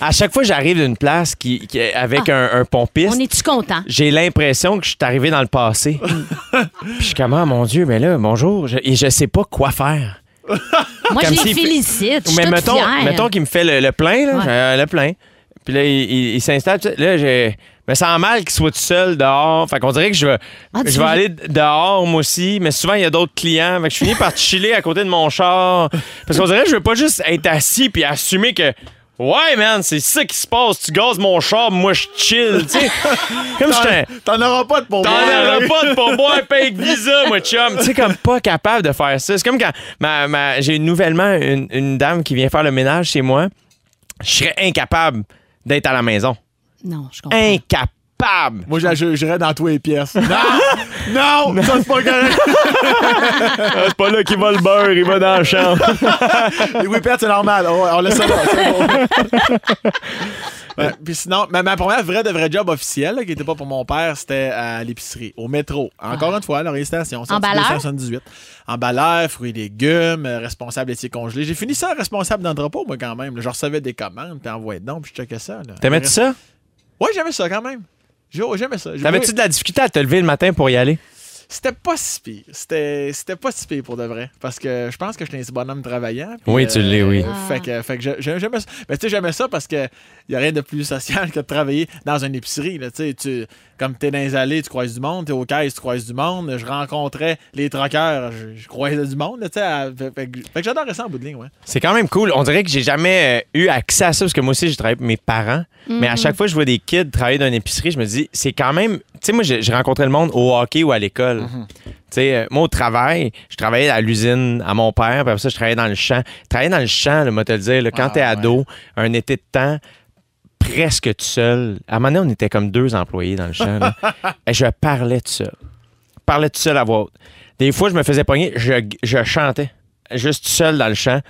À chaque fois que j'arrive d'une place qui, qui est avec un, un pompiste, Ah. On est-tu content? j'ai l'impression que je suis arrivé dans le passé. Puis je suis comme, ah, mon Dieu, mais là, bonjour, je, et je sais pas quoi faire. Moi, je Comme les s'il fait- félicite. Je suis mais toute mettons, fière. mettons qu'il me fait le, le plein, là, Ouais. euh, le plein. Puis là, il, il- il s'installe. tu sais, Là, je me sens mal qu'il soit tout seul dehors. Fait qu'on dirait que je vais, Ah, tu je vais veux- aller dehors, moi aussi. Mais souvent, il y a d'autres clients. Fait que je finis par chiller à côté de mon char. Parce qu'on dirait que je veux pas juste être assis puis assumer que. Ouais, man, c'est ça qui se passe. Tu gazes mon char, moi, je chill, tu sais. Comme je t'ai- T'en auras pas de pommes. T'en auras pas de pourboire, paye avec Visa, moi, chum. Tu sais, comme pas capable de faire ça. C'est comme quand ma, ma- j'ai nouvellement une, une dame qui vient faire le ménage chez moi. Je serais incapable d'être à la maison. Non, je comprends. Incapable. Moi, je la jugerais dans tous les pièces. non! Non! Ça, c'est pas correct! c'est pas là qu'il va le beurre, il va dans la chambre. Les whippets, c'est normal. On, on laisse ça là. c'est bon. Ouais, Puis sinon, ma, ma première vraie de vraie job officielle, là, qui n'était pas pour mon père, c'était à l'épicerie, au métro. Encore une fois, à Laurier Station, sortie Emballeur? 278. Emballeur, fruits et légumes, euh, responsable laitier congelé. J'ai fini ça responsable d'entrepôt, moi, quand même. là. Je recevais des commandes, puis envoyais dedans, puis je checkais ça. là. T'aimais-tu ça? Ouais, j'aimais ça quand même. J'ai- J'aimais ça. J'ai- T'avais-tu de la difficulté à te lever le matin pour y aller? C'était pas si pire. C'était c'était pas si pire pour de vrai. Parce que je pense que j'étais un petit bonhomme travaillant. puis, euh, Oui, tu l'es, oui. Fait que, fait que j'ai- j'ai- j'aimais ça. Mais tu sais, j'aimais ça parce que y a rien de plus social que de travailler dans une épicerie. Là, tu sais, tu, comme t'es dans les allées, tu croises du monde. T'es aux caisses, tu croises du monde. Je rencontrais les troqueurs, je, je croisais du monde. là, tu sais, à- fait, fait que- fait que j'adorais ça en bout de ligne, ouais. C'est quand même cool. On dirait que j'ai jamais euh, eu accès à ça parce que moi aussi, j'ai travaillé pour mes parents. Mais à chaque fois que je vois des kids travailler dans une épicerie, je me dis, c'est quand même sais, moi, j'ai j'ai rencontré le monde au hockey ou à l'école. Tu sais, euh, moi, au travail, je travaillais à l'usine à mon père, puis après ça, je travaillais dans le champ. Travailler dans le champ, là, moi, te le dire, là, quand Ah, t'es ado, un été de temps, presque tout seul. À un moment donné, on était comme deux employés dans le champ. là. Et je parlais tout seul. Je parlais tout seul à voix haute. Des fois, je me faisais pogner, je, je chantais. Juste tout seul dans le champ.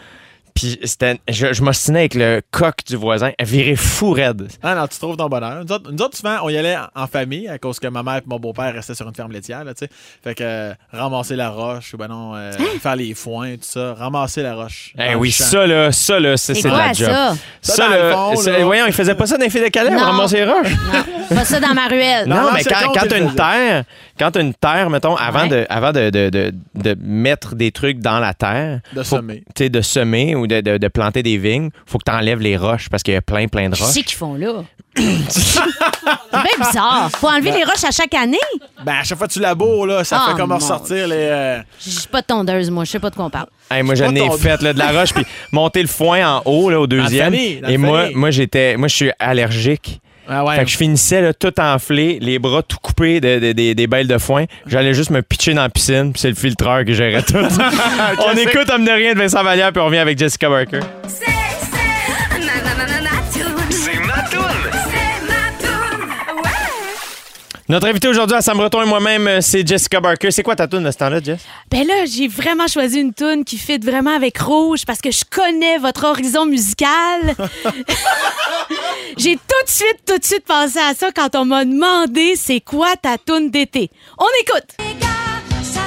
Puis c'était, je, je m'ostinais avec le coq du voisin, viré fou raide. Ah non, tu trouves ton bonheur. Nous autres, nous autres, souvent, on y allait en- en famille à cause que ma mère et mon beau-père restaient sur une ferme laitière. Là, tu sais. fait que euh, ramasser la roche, ou ben non, euh, Hein? faire les foins, tout ça. Ramasser la roche. Eh dans oui, le champ. ça là, ça là, c'est C'est c'est de la quoi job. ça? Ça, Ça, dans là, le fond, ça- là. voyons, il faisait pas ça dans les filets de calais pour Non. ramasser les roches. Pas ça dans ma ruelle. Non, Non, mais c'est quand, donc quand qu'il t'as une faisait. terre, quand t'as une terre, mettons, avant, Ouais. de, avant de, de- de- de mettre des trucs dans la terre, De faut- semer. tu sais, de semer ou de, de- de planter des vignes, faut que t'enlèves les roches parce qu'il y a plein, plein de Je sais roches. qu'ils font là. c'est bien bizarre. Faut enlever les roches à chaque année. Ben, à chaque fois que tu laboures, là, ça Ah, fait comme mon ressortir les. euh, Je suis pas tondeuse, moi. Je sais pas de quoi on parle. Hey, moi, C'est j'en pas ai ton- fait là, de la roche, puis monter le foin en haut, là, au deuxième. famille, dans et la moi, famille. moi, j'étais, moi, je suis allergique. Ah ouais. Fait que je finissais là, tout enflé, les bras tout coupés de- de- de- des belles de foin. J'allais juste me pitcher dans la piscine, puis c'est le filtreur qui gérait tout. Ah, on écoute Homme de rien de Vincent Vallière, puis on revient avec Jessica Barker. C'est, c'est, na, na, na, na, na, toune. C'est ma toune. C'est ma toune. Ouais. Notre invité aujourd'hui à Sam Breton et moi-même, euh, c'est Jessica Barker. C'est quoi ta tune de ce temps-là, Jess? Ben là, j'ai vraiment choisi une toune qui fit vraiment avec Rouge parce que je connais votre horizon musical. j'ai tout de suite, tout de suite pensé à ça quand on m'a demandé c'est quoi ta toune d'été. On écoute.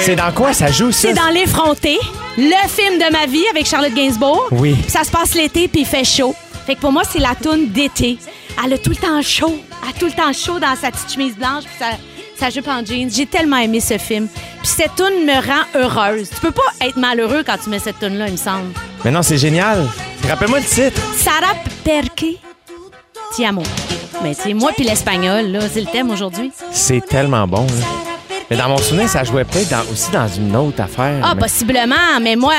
C'est dans quoi ça joue, ça? C'est dans L'effronté, le film de ma vie avec Charlotte Gainsbourg. Oui. Puis ça se passe l'été puis il fait chaud. Fait que pour moi, c'est la toune d'été. Elle a tout le temps chaud. Elle a tout le temps chaud dans sa petite chemise blanche puis sa, sa jupe en jeans. J'ai tellement aimé ce film. Puis cette toune me rend heureuse. Tu peux pas être malheureux quand tu mets cette toune là, il me semble. Mais non, c'est génial. Rappelle-moi le titre. Sarah Perque, ti amo. Mais c'est moi puis l'espagnol, là, c'est le thème aujourd'hui. C'est tellement bon, là. Mais dans mon souvenir, ça jouait peut-être dans- aussi dans une autre affaire. Ah, mais- possiblement, mais moi...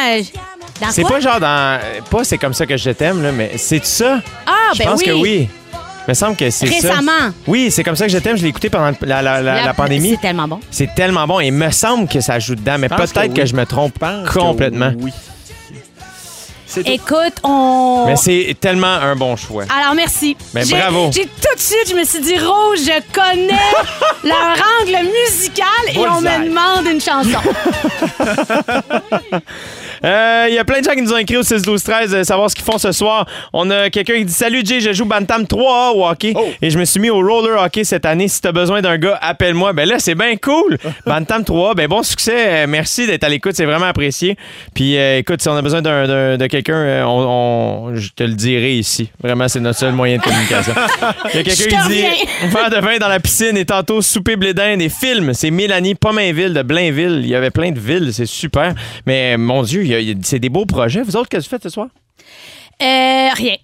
bah, Dans C'est quoi? pas genre dans. Pas c'est comme ça que je t'aime, là, mais c'est ça? Ah, je ben pense oui. que oui. Il me semble que c'est ça. Récemment. Oui, c'est comme ça que je t'aime. Je l'ai écouté pendant la, la- la- la pandémie. C'est tellement bon. C'est tellement bon. Et il me semble que ça joue dedans, mais pense peut-être que, que oui. je me trompe je pense que complètement. Oui. C'est tout. Écoute, on... Mais c'est tellement un bon choix. Alors, merci. Ben, J'ai- bravo. J'ai tout de suite, je me suis dit, Rose, je connais leur angle musical et on Bullseye. me demande une chanson. Euh, Il y a plein de gens qui nous ont écrit au 6 12 13 euh, savoir ce qu'ils font ce soir. On a quelqu'un qui dit Salut Jay, je joue Bantam 3A au hockey et je me suis mis au roller hockey cette année. Si t'as besoin d'un gars, appelle-moi. Ben là, c'est bien cool. Bantam 3A, ben bon succès. Euh, merci d'être à l'écoute, c'est vraiment apprécié. Puis euh, écoute, si on a besoin d'un- d'un- de quelqu'un, euh, on, on- je te le dirai ici. Vraiment, c'est notre seul moyen de communication. Il y a quelqu'un Je te qui dit Verre reviens. de vin dans la piscine et tantôt souper blé d'Inde et films. C'est Mélanie Pomainville de Blainville. Il y avait plein de villes, c'est super. Mais mon Dieu, il y a- il y a- c'est des beaux projets. Vous autres, qu'est-ce que vous faites ce soir? Euh, rien.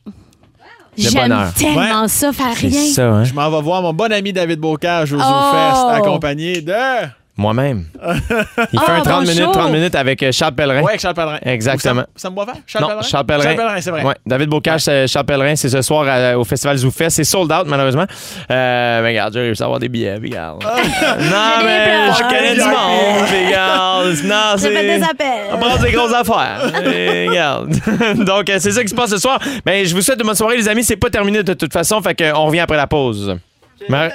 J'aime bonheur. tellement ça, faire rien. hein? Je m'en vais voir mon bon ami David Bocage au Zoo Oh. Fest, accompagné de. Moi-même. Il fait Ah, un 30 bon minutes, show. 30 minutes avec euh, Charles Pellerin. Ouais, avec Charles Pellerin. Exactement. Ou Sam, Sam Boisvert? Charles Non, Pellerin? Charles Pellerin. c'est vrai. Ouais, David Bocage, c'est Charles Pellerin, c'est ce soir à- au Festival Zoufest. C'est sold out, malheureusement. Euh, mais regarde, j'ai réussi à avoir des billets, regarde. non, mais je plans. connais du monde, regarde. Non, J'ai c'est- fait des appels. On prend des grosses affaires. Et regarde. Donc, euh, c'est ça qui se passe ce soir. Mais je vous souhaite une bonne soirée, les amis. C'est pas terminé de toute façon, fait qu'on revient après la pause. Mar-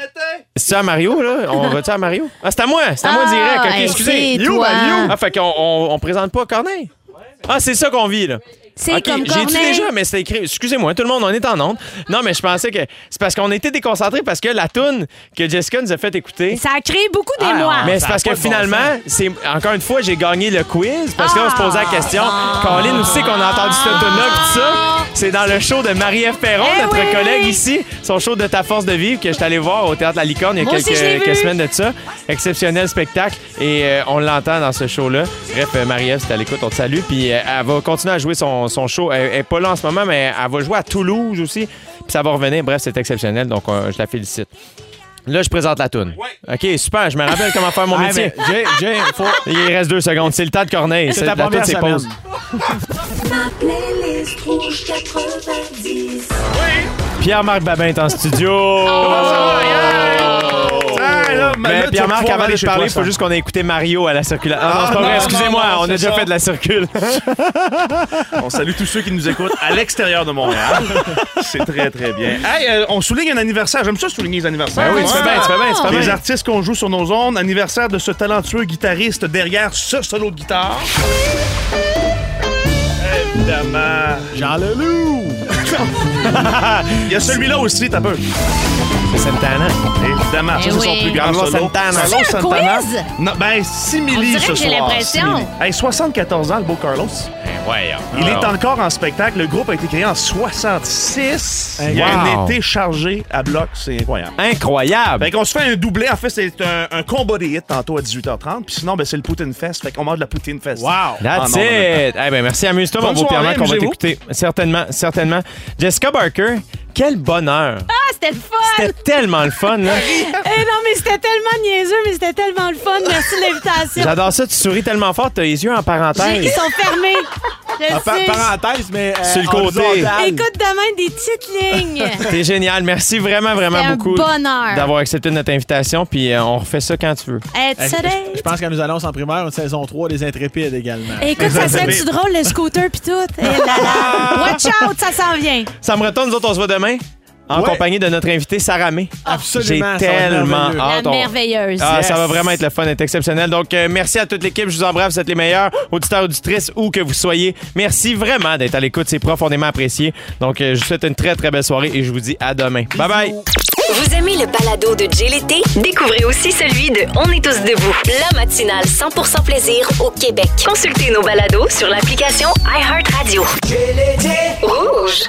C'est à Mario, là? On va-tu à Mario? Ah, c'est à moi! C'est à moi Ah, direct, ok, hey, excusez. c'est toi. Ah, fait qu'on on, on présente pas Corneille? Ah, c'est ça qu'on vit, là. C'est Ok, comme J'ai dit Corneille. déjà, mais c'était écrit. Excusez-moi, tout le monde, on est en onde. Non, mais je pensais que c'est parce qu'on était déconcentrés parce que la toune que Jessica nous a fait écouter. Ça a créé beaucoup d'émoi. Ah, Mais ça c'est a parce pas que de bon finalement, c'est encore une fois, j'ai gagné le quiz parce que là, on se posait la question. Ah. Caroline, où c'est qu'on a entendu cette toune-là pis tout ça? C'est dans le show de Marie-Ève Perron, Eh notre oui! collègue ici, son show de Ta force de vivre que je suis allé voir au Théâtre La Licorne il y a Moi aussi, quelques, je l'ai vu. quelques semaines de ça. Exceptionnel spectacle et euh, on l'entend dans ce show-là. Bref, euh, Marie-Ève, si t'es à l'écoute, on te salue. Puis euh, elle va continuer à jouer son, son show. Elle, elle est pas là en ce moment, mais elle va jouer à Toulouse aussi. Puis ça va revenir. Bref, c'est exceptionnel, donc euh, je la félicite. Là, je présente la toune. OK, super. Je me rappelle comment faire mon Ah, métier. mais Jay, Jay, faut... Il reste deux secondes. C'est le temps de Corneille. C'est ta la première toune, c'est semaine. pause. Pierre-Marc Babin est en studio. Ah, là, mais là, tu Oh! Mais vas Pierre-Marc, pouvoir avant de aller te chez parler, toi, il faut ça. juste qu'on ait écouté Mario à la circulation. Ah, non, c'est pas Ah, vrai, non, excusez-moi, non, non, on a c'est déjà ça. fait de la circule. On salue tous ceux qui nous écoutent à l'extérieur de Montréal. C'est très, très bien. Hey, euh, on souligne un anniversaire. J'aime ça souligner les anniversaires. Ben oui, tu fais bien, tu fais bien, tu fais Les bien. artistes qu'on joue sur nos ondes, anniversaire de ce talentueux guitariste derrière ce solo de guitare. Évidemment. Jean Leloup! Il y a celui-là aussi, t'as peu. Santana. Évidemment, Eh ça, c'est son oui. plus grand Carlos solo. Santana. Carlos C'est un Santana. quiz? Non, ben, Simili On dirait ce que j'ai soir, l'impression. Simili. Hey, 74 ans, le beau Carlos. Il Ah, est encore en spectacle. Le groupe a été créé en 66. Il y a Wow. un été chargé à bloc. C'est incroyable. Incroyable. Fait qu'on se fait un doublé. En fait, c'est un, un combat des hits tantôt à 18h30. Puis sinon, ben, c'est le Poutine Fest. Fait qu'on mange de la Poutine Fest. Wow! That's Ah, non, it. Eh ben, merci, amuse-toi, mon Bonne beau Pierre-Marc, on soirée, va amusez-vous. t'écouter. Certainement, certainement. Jessica Barker, quel bonheur. Ah, c'était le fun! C'était tellement le fun, là. Eh non, mais c'était tellement niaiseux, mais c'était tellement le fun. Merci de l'invitation. J'adore ça, tu souris tellement fort, t'as les yeux en J'ai- Ils parenthèse. sont fermés. Je Ah, par- sais. parenthèse, mais. euh, Sur le côté. horizontale. Écoute demain des petites lignes. T'es génial. Merci vraiment, C'était vraiment un beaucoup bonheur. d'avoir accepté notre invitation. Puis euh, on refait ça quand tu veux. Hey, tu Je- sais, Je pense qu'elle nous annonce en primaire une saison 3 des Intrépides également. Écoute, ça serait-tu drôle, le scooter pis tout? Eh là là. Watch out, ça s'en vient. Ça me retourne, nous autres, on se voit demain en Ouais. compagnie de notre invité Sarah May. Absolument. J'ai ça va être tellement merveilleux. hâte. La on- merveilleuse. Ah, Yes. Ça va vraiment être le fun, être exceptionnel. Donc, euh, merci à toute l'équipe. Je vous embrasse, vous êtes les meilleurs, auditeurs, auditrices, où que vous soyez. Merci vraiment d'être à l'écoute. C'est profondément apprécié. Donc, euh, je vous souhaite une très, très belle soirée et je vous dis à demain. Bye bye. Vous aimez le balado de Jay l'été? Découvrez aussi celui de On est tous debout, la matinale 100% plaisir au Québec. Consultez nos balados sur l'application iHeartRadio. J'ai l'été. Rouge.